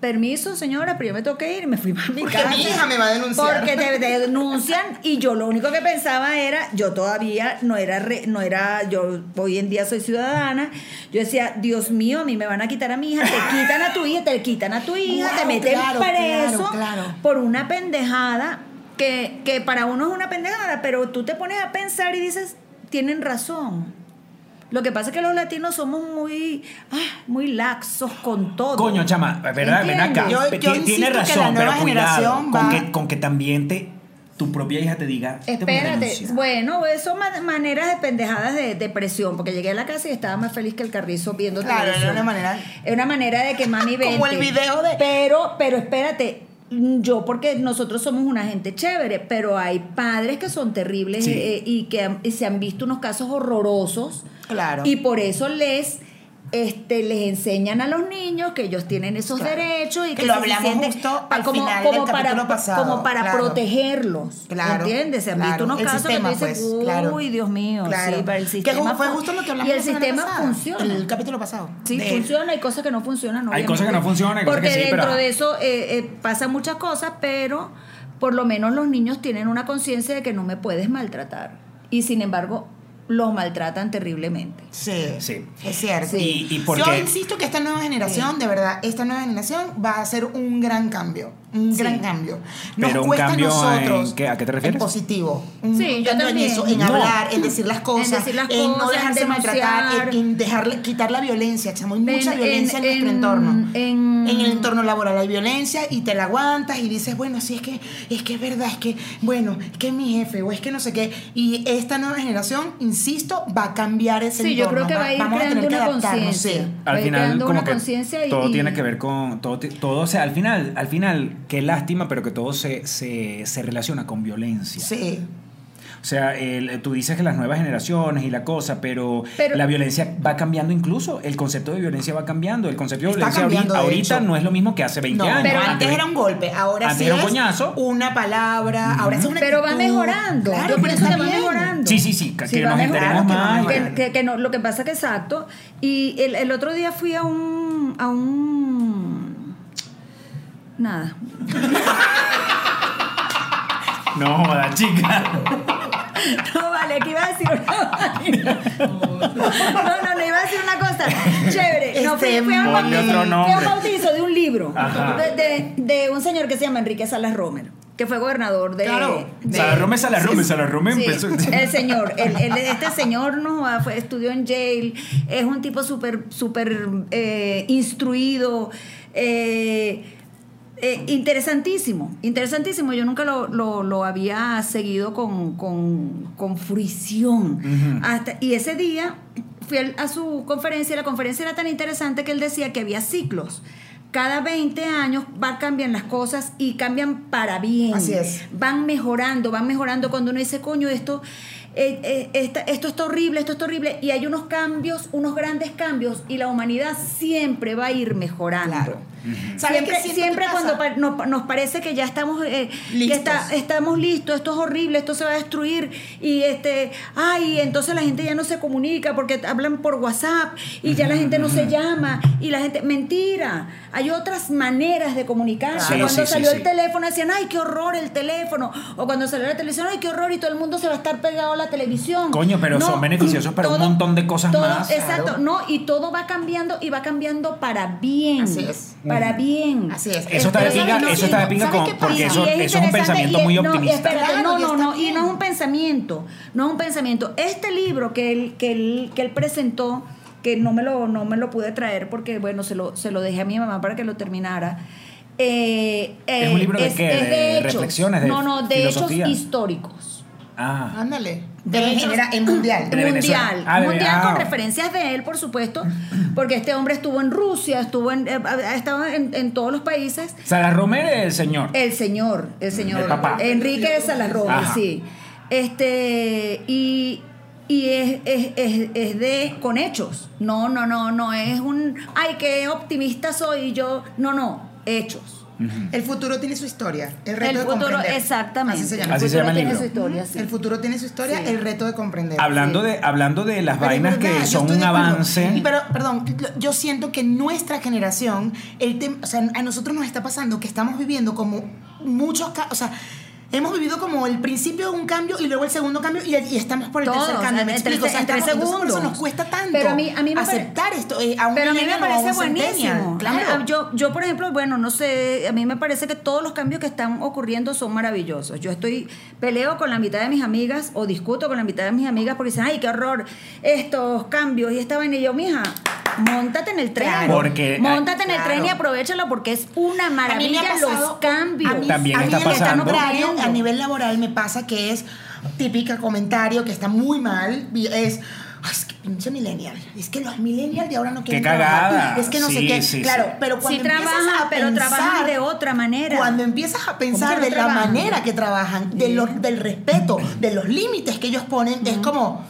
permiso señora, pero yo me toqué ir y me fui para mi
Porque
casa.
mi hija me va a denunciar.
Porque te denuncian y yo lo único que pensaba era, yo todavía no era, re- no era, yo hoy en día soy ciudadana, yo decía, Dios mío, a mí me van a quitar a mi hija, te quitan a tu hija, te quitan a tu hija,
Wow,
te meten
claro,
preso
claro, claro.
por una pendejada que, que para uno es una pendejada, pero tú te pones a pensar y dices, tienen razón. Lo que pasa es que los latinos somos muy, ah, muy laxos con todo.
Coño, chama, ¿verdad? Ven acá.
Yo-
Ti-
yo
Tiene
insisto que
razón,
la nueva
pero cuidado.
generación
Con
va-
que, con que también te, tu propia hija te diga. "Este "Te voy a
Espérate,
denunciar".
bueno, son ma- maneras de pendejadas de depresión, porque llegué a la casa y estaba más feliz que el carrizo viendo
Claro, era
televisión.
una manera-
Es una manera de que mami vente.
Como el video de-
Pero, pero espérate, mm, yo porque nosotros somos una gente chévere, pero hay padres que son terribles
Sí.
eh, y que han- y se han visto unos casos horrorosos.
Claro.
Y por eso les este, les enseñan a los niños que ellos tienen esos
Claro.
derechos y
Que
que,
lo
es
hablamos
suficiente
justo
pa-
al
como,
final
como
del capítulo
para,
pasado,
como para
claro.
protegerlos.
Claro,
¿Entiendes? Se han
claro.
visto unos
El
casos
sistema,
que tú dices,
pues, claro.
uy, Dios mío,
Claro.
sí, pero el
Que
sistema.
fue
fun-
justo lo que hablamos
Y el
la semana
sistema
pasada,
funciona.
El capítulo pasado.
Sí,
De-
funciona, hay cosas que no funcionan.
Eh, Hay cosas que no
obviamente.
funcionan, hay cosas
Porque
que sí, pero-
dentro de eso eh, eh, pasan muchas cosas, pero por lo menos los niños tienen una conciencia de que no me puedes maltratar. Y sin embargo, los maltratan terriblemente.
Sí,
Sí.
es cierto.
Y- y porque-
Yo insisto que esta nueva generación, de verdad, esta nueva generación va a ser un gran cambio, un
Sí.
gran cambio. Nos
Pero un
cuesta
cambio
a nosotros.
en qué- ¿a qué te refieres?
En positivo. Un
Sí, yo
cambio
también.
En, eso, en
No.
hablar, en decir las cosas, en,
decir las
no
cosas, en
dejarse maltratar,
denunciar.
en, en dejarle, quitar la violencia. Chamo, hay mucha
En-
violencia en,
en-
nuestro
en-
entorno.
en-
el entorno laboral hay violencia y te la aguantas y dices, bueno, sí, es que es que es verdad, es que, bueno, es que es mi jefe o es que no sé qué. Y esta nueva generación, insisto, va a cambiar ese
Sí, yo creo
entorno.
que va a ir
Vamos tener
creando
que
una
adaptarnos, sí.
conciencia.
al
Voy
final
eh, creando
como
una
que
conciencia y-
todo
y-
tiene que ver con todo ti- todo o sea al final al final qué lástima pero que todo se, se, se relaciona con violencia
Sí.
o sea el- eh, tú dices que las nuevas generaciones y la cosa pero,
Pero-
la violencia va cambiando incluso el concepto de violencia va cambiando el concepto de
Está
violencia ahorita,
cambiando, de
ahorita
hecho.
no es lo mismo que hace 20
No,
años
pero
Antes-
antes era un golpe, ahora
antes
sí
era un
es
coñazo.
una palabra, ahora sí es una
Pero va
actitud.
mejorando.
Claro,
Yo
pero
pienso
está
que va
bien.
mejorando.
Sí, sí, sí, que nos
va
enteremos
mejorando,
más.
que va mejorando. Que- que- que no, lo que pasa que exacto. Y el, el otro día fui a un. a un. Nada.
no joda, chica
No, vale, que iba a decir una No, no, no iba a decir una cosa. Chévere. No, fui, fui a un
Este, Ponle otro
bautizo,
nombre.
fui a un bautizo de un libro
Ajá.
de, de- de un señor que se llama Enrique Salas Romer, que fue gobernador de.
Claro.
de-
Salarrome, Salarrome, Salarrome
*laughs*
Sí,
empezó-
el señor, el- el- este señor no, ah, fue, estudió en Yale, es un tipo súper, súper eh, instruido, eh, eh, interesantísimo, interesantísimo. Yo nunca lo, lo- lo había seguido con, con, con fruición. Hasta, y ese día fui al- a su conferencia y la conferencia era tan interesante que él decía que había ciclos. Cada 20 años va, cambian las cosas y cambian para bien.
Así es.
Van mejorando, van mejorando cuando uno dice, coño, esto, eh, eh, esta- esto está horrible, esto está horrible. Y hay unos cambios, unos grandes cambios, y la humanidad siempre va a ir mejorando.
Claro. ¿Sabes
Siempre,
qué siento
siempre
que
cuando
pasa?
pa- nos, nos parece que ya estamos eh, que
Listos.
está- estamos listos, esto es horrible, esto se va a destruir y este, ay, entonces la gente ya no se comunica porque hablan por WhatsApp y ya la gente no se llama y la gente mentira, hay otras maneras de comunicarse.
Sí,
cuando
sí, sí,
salió
sí.
el teléfono decían, ay, qué horror el teléfono o cuando salió la televisión, ay, qué horror y todo el mundo se va a estar pegado a la televisión.
Coño, pero son beneficiosos para un montón de cosas
todo-
más.
Exacto, no, y todo va cambiando y va cambiando para bien.
Así es.
Para bien.
Así es.
Eso está de
Pero
pinga,
¿sabes lo
eso está de
lindo?
pinga
¿Sabes
con-
qué pasa?
porque eso,
Y es
eso es un
interesante
pensamiento
y es-
muy
no,
optimista.
espérate,
Claro,
no,
y
no,
está
no, y
bien.
no es un pensamiento, no es un pensamiento. Este libro que él, que él, que él presentó, que no me, lo, no me lo pude traer porque, bueno, se lo, se lo dejé a mi mamá para que lo terminara. eh,
¿Es
eh,
un libro de qué?
es
¿De
hechos.
reflexiones, de
No, no, de
filosofía?
hechos históricos.
ah
Ándale.
De
Pero en
hecho-
general, en mundial.
*clears throat*
De Venezuela.
mundial,
Ah, de-
mundial
ah.
con referencias de él, por supuesto, porque este hombre estuvo en Rusia, estuvo en, eh, ha estado en- en todos los países.
Sara Romero el señor
Eh,
El señor, el señor.
Mm, el papá.
Enrique de Salarroba,
Ajá.
sí. Este, y, y es, es- es- es de con hechos. No, no, no, no es un ay qué optimista soy yo. No, no, hechos.
El futuro tiene su historia. El reto
El
de
futuro,
comprender.
exactamente.
Así se
Así
llama.
se llama el
tiene
libro.
su historia, sí.
El futuro tiene su historia,
Sí.
el reto de comprender.
hablando de hablando de las
Pero es
vainas
verdad,
que
yo
son
estoy
un
de acuerdo.
avance
Y pero, perdón, lo- yo siento que nuestra generación, el tem- o sea, a nosotros nos está pasando que estamos viviendo como muchos ca- o sea, hemos vivido como el principio de un cambio y luego el segundo cambio y, y estamos por el
Todos,
tercer cambio. ¿me
en tres-
explico? O sea,
en tres
estamos- entonces por eso
segundos.
nos cuesta tanto
Pero a mí- a mí me pare-
aceptar esto. eh, a un
Pero a mí me
millennial o a
parece
un centennial.
buenísimo.
Claro.
Ah, Yo, yo, por ejemplo, bueno, no sé, a mí me parece que todos los cambios que están ocurriendo son maravillosos. Yo estoy, peleo con la mitad de mis amigas o discuto con la mitad de mis amigas porque dicen, ay, qué horror, estos cambios y esta vaina. Y yo, mija, montate en el tren.
Claro.
Porque- ah,
montate en el
Claro.
tren y aprovechala porque es una
A mí me
maravilla
ha
los
pasado- oh,
cambios.
a mí-
También
a mí
está
en el
pasando.
plano horario, a nivel laboral me pasa que es típica comentario que está muy mal. y Es, "Ay, es que pinche millennial. Es que los millennials de ahora no quieren
cagada!
trabajar. Es que no
Sí,
sé qué.
sí,
claro,
sí.
pero cuando
sí
empiezas
trabajan,
a
pero
pensar,
trabajan de otra manera.
Cuando empiezas a pensar
que no
de la
trabajan?
manera que trabajan, de lo- del respeto, de los límites que ellos ponen, es como...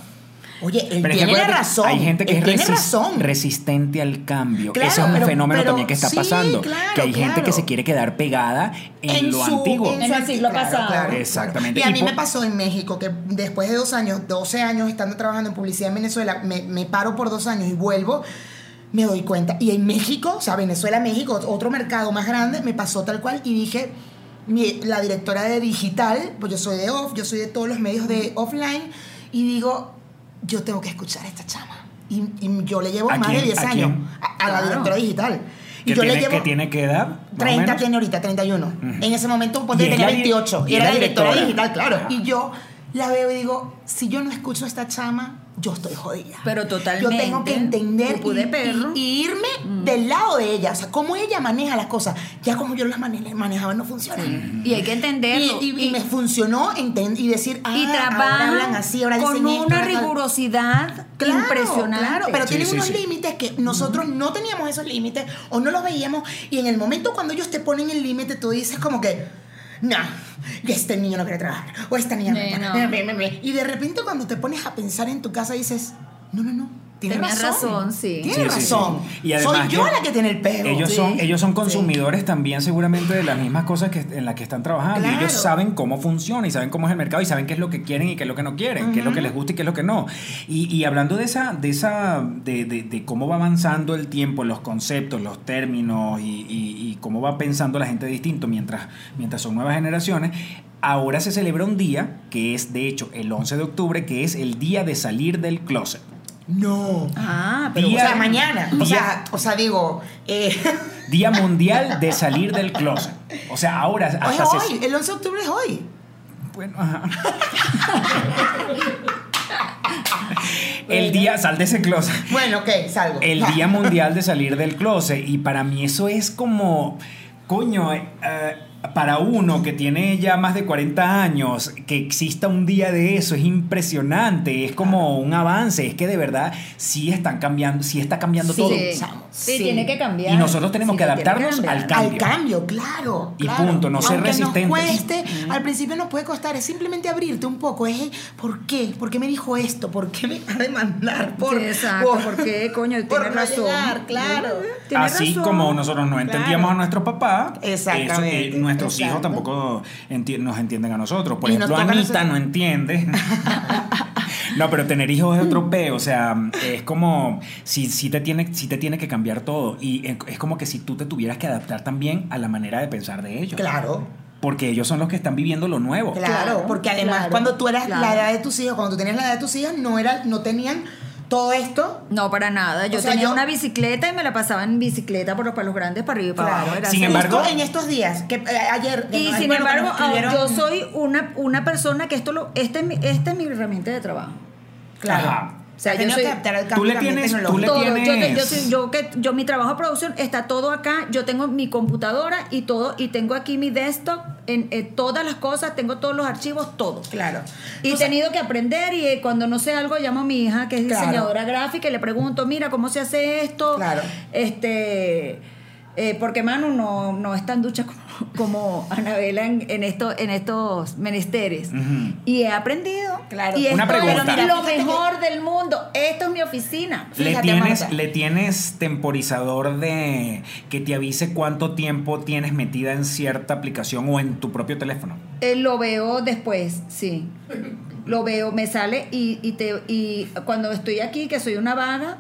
Oye, él
Pero es que
tiene la
acuérdate,
razón.
Hay gente que
él
es
tiene
resis-
razón.
resistente al cambio.
Claro,
Ese es un
pero-
fenómeno
pero
también que está
sí,
pasando.
claro,
que hay gente
claro.
que se quiere quedar pegada en, lo
su-
antiguo.
en
En
su
el
anti-
siglo
claro,
pasado.
claro.
Exactamente.
Y a
Y
mí
por-
me pasó en México que después de dos años, 12 años estando trabajando en publicidad en Venezuela, me, me paro por dos años y vuelvo, me doy cuenta. Y en México, o sea, Venezuela, México, otro mercado más grande, me pasó tal cual y dije, mi- la directora de digital, pues yo soy de off, yo soy de todos los medios de offline, y digo, yo tengo que escuchar a esta chama. Y, y yo le llevo
¿A
más
quién?
de 10
¿A
años
quién?
a, a la
Claro.
directora digital. Y
que
yo
tiene,
le llevo...
que tiene que edar. más o
30
menos.
tiene ahorita, 31. En ese momento ponte,
Y es
tenía
la di-
28.
y
Y era
es la
la directora
directora.
digital, claro.
Ah.
Y yo la veo y digo, si yo no escucho a esta chama, yo estoy jodida.
Pero
Yo
totalmente.
tengo que entender
Pupú de
y- y-
perro. Mm.
y, irme del lado de ella. O sea, cómo ella maneja las cosas. Ya como yo las mane- manejaba no funciona.
Y hay que
Y,
entenderlo.
y- y me funcionó enten- y decir, ah,
y
ahora
trabajan
hablan así, ahora
con
dicen esto,
una
ahora tal".
rigurosidad
Claro,
impresionante.
Claro, pero
Sí,
tienen
sí,
unos
sí.
límites que nosotros no teníamos esos límites o no los veíamos. Y en el momento cuando ellos te ponen el límite, tú dices como que, no, este niño no quiere trabajar. O esta niña no,
Sí,
quiere
no.
me, me, me". Y de repente cuando te pones a pensar en tu casa, dices, no, no, no. Tienes
Tenías
razón.
razón, sí.
Tienes
Sí, sí, sí.
razón.
Y además
Soy yo
que
la que tiene el pego.
Ellos, son,
Sí.
ellos son consumidores también seguramente de las mismas cosas que, en las que están trabajando. Y Ellos
Claro.
saben cómo funciona y saben cómo es el mercado y saben qué es lo que quieren y qué es lo que no quieren, qué es lo que les gusta y qué es lo que no. Y, y hablando de esa, de esa, de, de- de cómo va avanzando el tiempo, los conceptos, los términos y, y- y cómo va pensando la gente distinto mientras, mientras son nuevas generaciones. Ahora se celebra un día, que es de hecho el 11 de octubre, que es el día de salir del closet.
No.
Ah, pero
Día-
o sea, mañana.
Día-
O sea, o sea, digo, eh, *laughs*
Día Mundial de Salir del Closet. O sea, ahora hasta
es
se-
hoy. El 11 de octubre es hoy.
Bueno, ajá. El día, sal de ese closet.
Bueno, ok, salgo.
El
Va. *laughs*
Día Mundial de Salir del Closet. Y para mí eso es como, coño, eh, eh, para uno que tiene ya más de 40 años, que exista un día de eso, es impresionante, es como un avance, es que de verdad sí están cambiando, sí está cambiando
Sí.
todo.
Sí,
Sí.
tiene que cambiar.
Y nosotros tenemos
Sí,
que
lo tiene
adaptarnos
cambiar.
al cambio.
Al cambio, claro.
Y
claro.
punto, no ser
Aunque
resistentes.
Nos cueste, al principio nos puede costar, es simplemente abrirte un poco. Es, ¿por qué? ¿Por qué me dijo esto? ¿Por qué me va a demandar? Por,
Sí, exacto, ¿por
*laughs*
qué, coño?
Por
Tienes
no
razón.
llegar, claro.
Tienes
Así
razón.
como nosotros no entendíamos
Claro.
a nuestros papás,
Exactamente,
eso, eh, nuestros
exacto.
hijos tampoco enti- nos entienden a nosotros. Por
Y nos
ejemplo,
toca a
Anita
nosotros.
no
*laughs*
entiende. No, pero tener hijos es otro peo, o sea, es como si, si, te tiene, si te tiene que cambiar todo y es- es como que si tú te tuvieras que adaptar también a la manera de pensar de ellos.
Claro.
Porque ellos son los que están viviendo lo nuevo.
Claro,
Claro,
porque además
claro,
cuando tú eras la
claro.
edad de tus hijos, cuando tú tenías la edad de tus hijos, no, era, no tenían todo esto.
No, para nada. Yo
O sea,
tenía
yo-
una bicicleta y me la pasaba en bicicleta por los palos grandes para arriba y para
Claro.
abajo. Era
Sin
así.
embargo-
Justo en estos días, que eh, ayer... que
Y
no-
sin
bueno, que
embargo,
nos
ahora
escribieron-
yo soy una, una persona que esto lo, este es mi, esta es mi herramienta de trabajo.
Claro.
Ajá.
O sea,
Yo
tenemos
soy-
que adaptar al
Tú
cambio
le
también
tienes- tú le
tecnológico.
Todo. Yo, te- yo,
tienes?
soy- yo que, yo mi trabajo de producción está todo acá. Yo tengo mi computadora y todo y tengo aquí mi desktop en, en todas las cosas, tengo todos los archivos, todo.
Claro.
Y he tenido que aprender y eh, cuando no sé algo llamo a mi hija que es
Claro.
diseñadora gráfica y le pregunto, mira, ¿cómo se hace esto?
Claro.
Este, eh, porque Manu no, no es tan ducha *laughs* como, como Anabela en, en, esto, en estos menesteres.
Ujú.
Y he aprendido.
Claro.
Y
Una
esto
pregunta.
es
Pero
lo
mira, fíjate
mejor del mundo. Esto es mi oficina.
Le
Fíjate,
tienes,
Marta.
le tienes temporizador de que te avise cuánto tiempo tienes metida en cierta aplicación o en tu propio teléfono.
Eh, lo veo después, sí. Lo veo, me sale y, y, te, y cuando estoy aquí, que soy una vaga,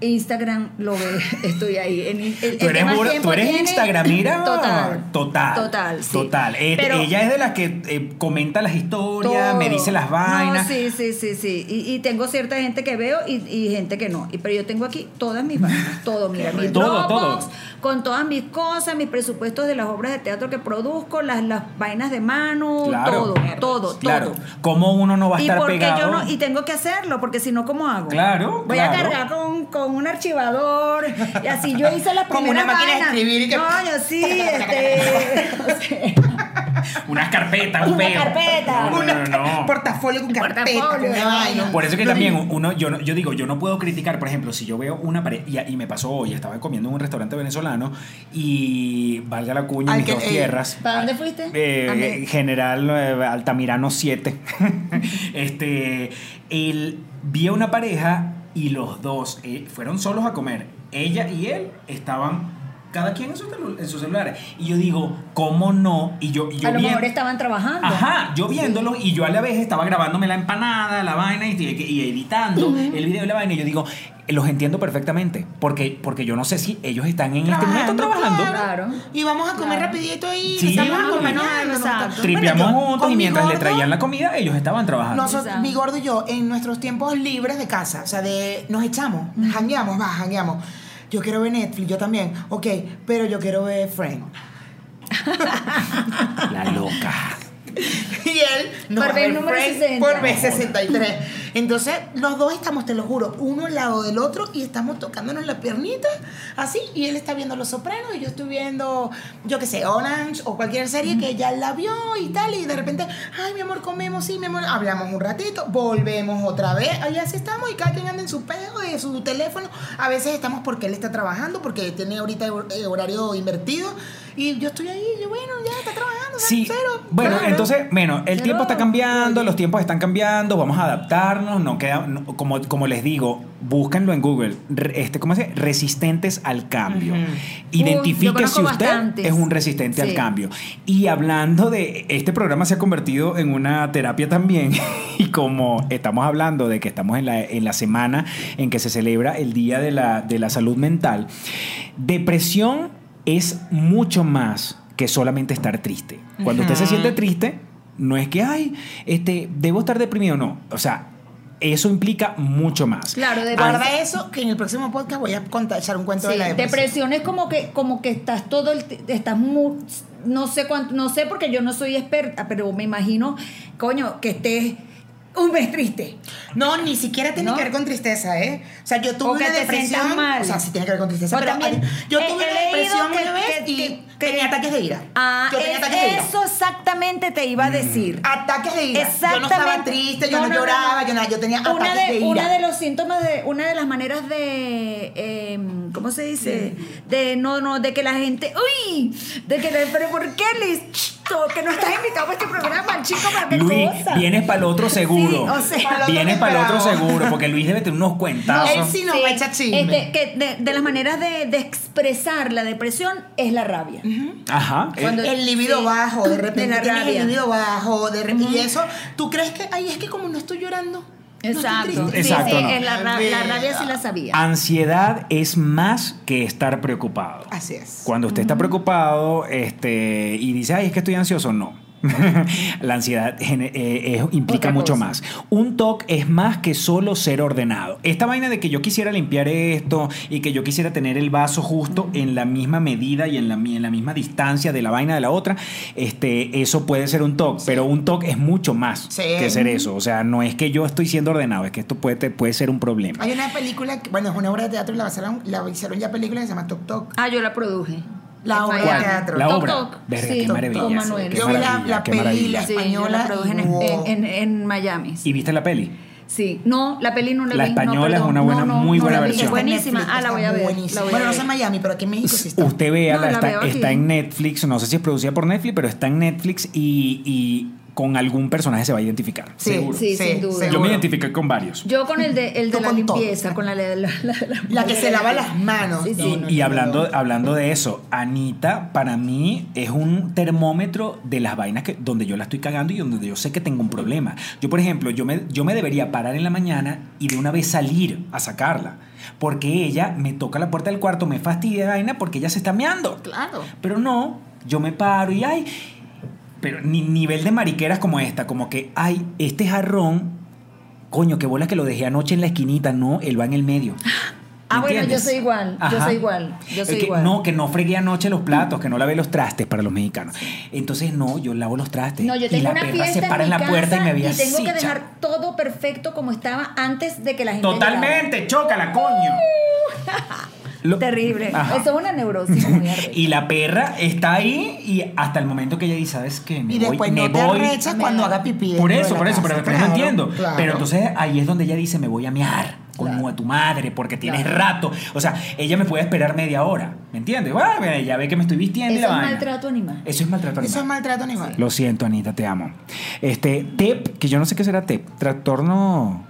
Instagram lo ve, *laughs* estoy ahí. En, el- el
Tú
que
eres,
más
burda-
tiempo
tú eres
tiene,
Instagram, mira.
*laughs* Total.
Total.
Total, sí.
Total. Eh,
Pero-
ella es de las que eh, comenta las historias,
Todo.
me dice las vainas.
No, sí, sí, sí, sí. Y, y tengo cierta gente que veo y, y gente que no. Y, pero yo tengo aquí todas
*laughs*
mis vainas, todo, mira, mi
Todo,
Dropbox,
todo.
con todas mis cosas, mis presupuestos de las obras de teatro que produzco, las, las vainas de mano,
Claro.
todo, todo,
Claro.
todo.
¿Cómo uno no va a
y
estar
porque
pegado?
yo no, y tengo que hacerlo, porque si no, ¿cómo hago?
Claro,
Voy a
claro.
cargar con, con un archivador. Y así yo
*laughs*
hice la primera
Como una máquina de
vaina.
escribir y que-
No, yo sí, este. *laughs*
Unas carpetas, un
Una
peo.
carpeta.
No, no, no, no.
Un *laughs* portafolio con carpeta.
Portafolio,
con
de
vaina.
vaina.
Por eso que también uno, yo, no- yo digo, yo no puedo criticar, por ejemplo, si yo veo una pared, y, y me pasó hoy, estaba comiendo en un restaurante venezolano y valga la cuña,
Al
mis
que-
dos
eh,
tierras.
¿para dónde fuiste?
Eh,
A
*laughs*
mí.
eh, general eh, Altamirano 7. este, el, vi a una pareja y los dos eh, fueron solos a comer. Ella y él estaban cada quien en su, celu- en su celular. Y yo digo, ¿cómo no? Y yo, y yo
a lo
bien-
mejor estaban trabajando.
Ajá, yo viéndolo y yo a la vez estaba grabándome la empanada, la vaina y, y editando el video de la vaina. Y yo digo, los entiendo perfectamente. Porque, porque yo no sé si ellos están en este momento trabajando.
Claro.
Y vamos a comer
Claro.
rapidito y
Sí.
nos
Vamos
estamos
a comer,
acompañando. nos
exacto.
estamos-
Tripeamos
Bueno, yo
juntos
con
y
mi
mientras le
gordo,
traían la comida, ellos estaban trabajando.
noso-
Exacto.
mi gordo y yo, en nuestros tiempos libres de casa, o sea, de nos echamos, jangueamos, va, jangueamos. Yo quiero ver Netflix, yo también. Ok, pero yo quiero ver Friends.
La loca.
*laughs* Y él
Por
va
vez
a ver
número
Friends
60.
por vez 63. Entonces, los dos estamos, te lo juro, uno al lado del otro y estamos tocándonos las piernitas así. Y él está viendo Los Sopranos y yo estoy viendo, yo qué sé, Orange o cualquier serie que ya la vio y tal. Y de repente, ay, mi amor, comemos, sí, mi amor, hablamos un ratito, volvemos otra vez. Ahí así estamos y cada quien anda en su pedo, de su teléfono. A veces estamos porque él está trabajando, porque tiene ahorita eh, horario invertido. Y yo estoy ahí, yo, bueno, ya está trabajando,
Sí,
cero.
bueno,
Claro.
entonces, bueno, el
Claro.
tiempo está cambiando, los tiempos están cambiando, vamos a adaptarnos, no queda, no- como, como les digo, búscanlo en Google, re- este, ¿cómo se dice? Resistentes al cambio.
Uy, yo
Identifique
conozco
si usted
bastantes.
es un resistente al
Sí.
cambio. Y hablando de, este programa se ha convertido en una terapia también, *laughs* y como estamos hablando de que estamos en la, en la semana en que se celebra el Día de la, de la Salud Mental, depresión es mucho más que solamente estar triste. Cuando usted se siente triste, no es que, ay, este, debo estar deprimido, no. O sea, eso implica mucho más.
Claro, de
Guarda eso, que en el próximo podcast voy a contar, echar un cuento
Sí,
de la depresión.
depresión es como que como que estás todo el ti- estás mu- no sé cuánto no sé porque yo no soy experta pero me imagino coño que estés un mes triste
No, ni siquiera tiene
¿No?
que ver con tristeza, ¿eh? O sea, yo tuve
O que
una
te
depresión.
sientas mal.
O sea, sí tiene que ver con tristeza.
O
pero
también,
ay, yo
eh,
tuve
he
una
leído
depresión
que-
una vez
que-
y
que-
tenía ataques de ira.
ah
yo tenía
es-
ataques de ira.
eso exactamente te iba a
Mm.
decir
Ataques de ira. Yo no
Exactamente.
estaba triste, yo no,
no,
lloraba,
no.
Yo, nada, yo tenía
una
ataques
de,
de, ira.
Una de los síntomas de, una de las maneras de eh, ¿cómo se dice? De no, no, de que la gente, uy, de que la- pero ¿por qué Liz? Chito, Que no estás invitado a este programa, chico, para qué
Luis,
cosa.
vienes para el otro seguro.
o sea-
Para el otro
vienes para el otro
desesperado.
seguro, porque Luis debe tener unos cuentazos.
él sí nos va a echar chisme.
Este, que de, de las maneras de, de expresar la depresión es la rabia.
Ajá.
Cuando-
el libido
sí,
bajo, de repente
de la
tienes
rabia.
el libido bajo, de re- y eso, ¿tú crees que, ay, es que como no estoy llorando? no estoy
Exacto.
triste? Ah.
Sí, sí,
Exacto, no. Ah.
es la, ra- la rabia sí la sabía.
Ansiedad es más que estar preocupado.
Así es.
Cuando usted
Mm.
está preocupado este, y dice, ay, es que estoy ansioso, no. *laughs* la ansiedad gene- eh, eh, implica
Otra
mucho
cosa.
más. Un TOC es más que solo ser ordenado. Esta vaina de que yo quisiera limpiar esto y que yo quisiera tener el vaso justo
Mm.
en la misma medida y en la, mi- en la misma distancia de la vaina de la otra, este, eso puede ser un TOC, pero un TOC es mucho más
Sí.
que ser eso. O sea, no es que yo estoy siendo ordenado, es que esto puede, te- puede ser un problema.
Hay una película, que- bueno, es una obra de teatro y la, basaron, la hicieron ya película que se llama Tok Tok.
Ah, yo la produje.
La
En
obra de
Miami.
teatro.
La
Toc,
obra.
toc.
Verga,
Sí,
qué
toc,
maravilla.
Con Manuel.
Qué
Yo vi la-
maravilla,
la
qué
peli,
maravilla.
la-
Sí, yo
española
la produje en,
wow.
en- en Miami.
¿Y viste la peli?
Sí, no, la peli no la,
La
vi. no,
española es
perdón.
una buena- muy buena
la vi.
versión.
Es buenísima. Ah, la voy a ver. la voy a
bueno, no
ver.
sé en Miami, pero aquí en México sí está.
Usted vea,
pues No, la
está,
veo aquí.
está en Netflix, no sé si es producida por Netflix, pero está en Netflix y, y con algún personaje se va a identificar.
Sí,
seguro.
Sí, sin duda.
Yo me
seguro.
identifiqué con varios.
Yo con el de, el de
Yo
la
con todo.
limpieza, con la, la, la, la-
La que se lava las manos.
Sí, sí.
No, no,
y
no,
hablando,
no.
hablando de eso, Anita para mí es un termómetro de las vainas que, donde yo la estoy cagando y donde yo sé que tengo un problema. Yo, por ejemplo, yo me, yo me debería parar en la mañana y de una vez salir a sacarla. Porque ella me toca la puerta del cuarto, me fastidia la vaina porque ella se está meando.
Claro.
Pero no, yo me paro y ay, pero ni nivel de mariqueras como esta, como que ay, este jarrón, coño, qué bola que lo dejé anoche en la esquinita, no, él va en el medio.
Ah,
¿Me
bueno, yo
entiendes?
soy igual, yo soy igual, yo
Es
soy
que
igual. Mm.
No, que no fregué anoche los platos, que no lavé los trastes para los mexicanos. Entonces, no, yo lavo los trastes.
No, yo
y
tengo
la
una
perra
fiesta
se para en,
mi
la puerta y
casa
me veía
tengo
así,
que
chao.
dejar todo perfecto como estaba antes de que la gente
Totalmente, chócala, coño. Lo-
llegara. Uh. Terrible.
Ajá.
Eso es una neurosis muy arrecha.
*laughs* Y la perra está ahí y hasta el momento que ella dice, ¿sabes qué? Me
Y
voy,
después
me
no te
voy.
arrechas cuando haga pipí.
Por
dentro de
eso,
la
por eso,
casa.
pero después no
Claro,
entiendo.
claro.
Pero entonces ahí es donde ella dice, me voy a mear, coño
Claro.
a tu madre, porque tienes
Claro.
rato. O sea, ella me puede esperar media hora, ¿me entiendes? Bueno, mira, ella ve que me estoy vistiendo y la
Eso es
vaina.
maltrato animal.
Eso es maltrato
Eso es
animal.
maltrato animal.
Lo siento, Anita, te amo. Este, TEP, que yo no sé qué será TEP, trastorno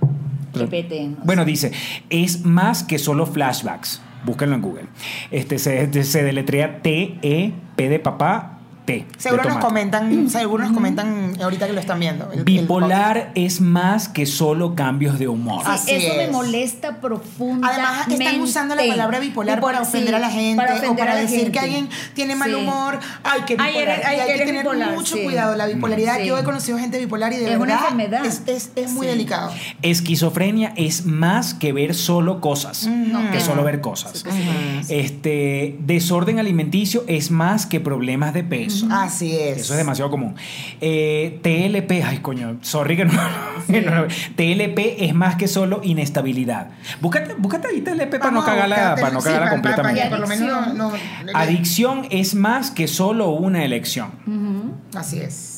Chipete, no
Bueno, dice, es más que solo flashbacks. Búsquenlo en Google. Este se, se deletrea T E P de papá T. de
Seguro nos
tomate.
comentan, seguro nos comentan ahorita que lo están viendo. el- el podcast.
Bipolar es más que solo cambios de humor.
Así
Sí, eso me
es.
molesta profundamente.
Además, están usando la palabra bipolar para
sí,
ofender a la gente o
ofender
para
a la
decir
gente.
que alguien tiene mal
Sí.
humor. Ay, que
Ay,
bipolar.
eres- ay,
y hay que
eres
tener
bipolar,
mucho
sí.
cuidado. La bipolaridad,
Sí.
yo he conocido gente bipolar y de
Es una
verdad
enfermedad.
Es, es- es muy
Sí.
delicado.
Esquizofrenia es más que ver solo cosas,
Mm.
que solo ver cosas. Este desorden alimenticio es más que problemas de peso.
Así es.
Eso es demasiado común. Eh, TLP, ay coño, sorry que no, *laughs* que no lo- TLP es más que solo inestabilidad. Búscate, búscate ahí TLP para no
Vamos a
cagarla,
buscarte-
para no
sí,
cagarla
para- para- para
completamente.
que por lo menos no- no-
Adicción es más que solo una elección.
Así es.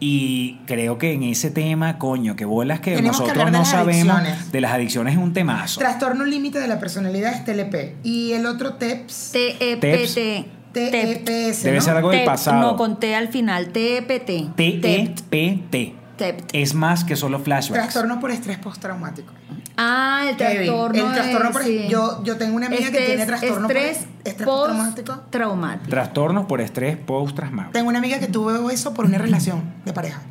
Y creo que en ese tema, coño, que bolas que
Tenemos que
nosotros
hablar de
no
las
sabemos
adicciones.
de las adicciones es un temazo.
Trastorno límite de la personalidad es TLP. Y el otro TEPS,
E TEPT. TEPT.
TEPS.
Debe
¿no?
ser algo del pasado. E
No, conté al final. TEPT. TEPT.
T-E-P-T.
TEPT.
Es más que solo flashbacks.
Trastorno por estrés postraumático.
Ah, el
Kevin,
trastorno.
el trastorno
es-
por-
sí.
yo- yo tengo una amiga que tiene trastorno por-
estrés,
estrés postraumático.
postraumático.
Trastornos por estrés post-traumático.
Tengo una amiga que tuvo eso por una relación de pareja.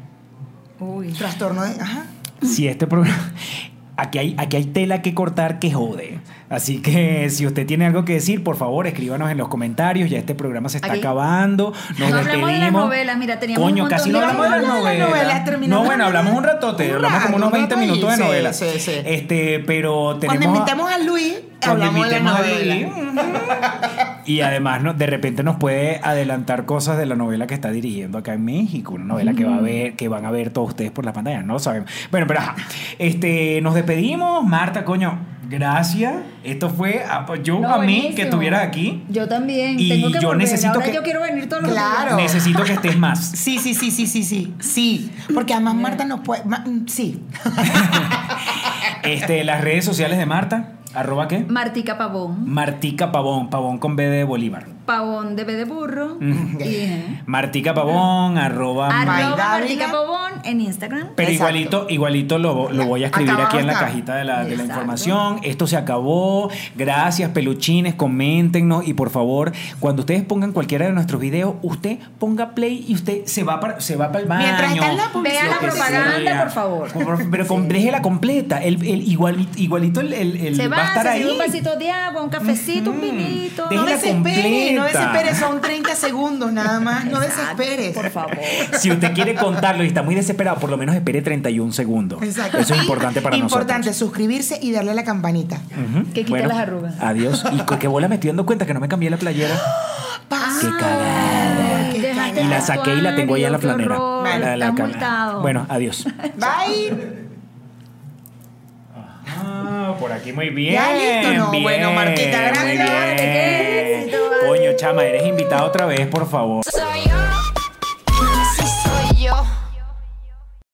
Uy.
Trastorno de. Ajá.
si este programa. Aquí hay, aquí hay tela que cortar que jode. Así que si usted tiene algo que decir, por favor, escríbanos en los comentarios. Ya este programa se está
Aquí.
acabando. Nos
No hablamos de
despedimos.
las novelas, mira, teníamos
Coño,
un
casi no
montón
hablamos
de-
de las
Hablamos de las
novelas.
novelas, terminamos
no, bueno,
hablando-
hablamos un ratote.
Un
hablamos como
rato,
unos
un
20
rato
pues,
ahí,
minutos de
sí,
novelas.
sí, sí.
Este, pero tenemos.
Cuando
a-
invitamos a Luis,
cuando
hablamos de la
invitemos a
novela.
Lili. Y además, ¿no? de repente nos puede adelantar cosas de la novela que está dirigiendo acá en México, una novela que va a ver, que van a ver todos ustedes por la pantalla, no lo sabemos. Bueno, pero ajá. Este, nos despedimos, Marta, coño, gracias. Esto fue a- yo
No,
a mí
buenísimo.
que estuvieras aquí.
Yo también.
Y
Tengo que
yo
volver.
necesito
Ahora
que-
yo quiero venir todos los
Claro.
días.
Necesito que estés
*laughs*
más.
Sí, sí, sí, sí, sí, sí. Sí. Porque además Marta nos puede. Ma- mm, sí.
Este, las redes sociales de Marta, arroba qué?
Martica Pavón.
Martica Pavón, Pavón con B de Bolívar.
Pavón de B de burro.
Mm.
Y-
Martica Pavón, arroba
Arroba
Maidávila.
Martica Pavón en Instagram.
Pero
Exacto.
igualito, igualito lo, lo voy a escribir
Acá
aquí en la
abajo está.
cajita de la, de la
Exacto.
información. Esto se acabó. Gracias, peluchines. Coméntenos. Y por favor, cuando ustedes pongan cualquiera de nuestros videos, usted ponga play y usted se va para, se va para el baño.
Mientras está en la publicidad.
Vea la
Lo que
propaganda,
sea.
por favor.
Por- Pero con- déjela completa. El, el igual- igualito el, el- el
Se
va a
va,
estar
se
ahí.
sirve un vasito de agua, un cafecito, un vinito.
Deje- Déjela completa.
No desesperes, no desesperes, son 30 segundos nada más. No
Exacto,
desesperes.
Por favor.
Si usted quiere contarlo y está muy desesperado, por lo menos espere 31 segundos.
Exacto.
Eso es importante para nosotros.
Importante, suscribirse y darle a la campanita.
Ujú.
Que quita las arrugas.
Adiós. Y co- que bola me estoy dando cuenta que no me cambié la
*laughs*
playera.
Paz.
Qué cagada.
Dejaste
Y la
el
saqué y la tengo ahí en la
vestuario, Ah, qué
flanera.
horror,
La- la- la
estás
cama.
multado.
Bueno,
*laughs*
adiós.
Bye.
Ah, por aquí muy bien.
Ya listo, no.
bien,
Bueno, Marquita,
muy
gracias.
bien.
Qué éxito, vale.
Coño, chama, eres invitada otra vez, por favor.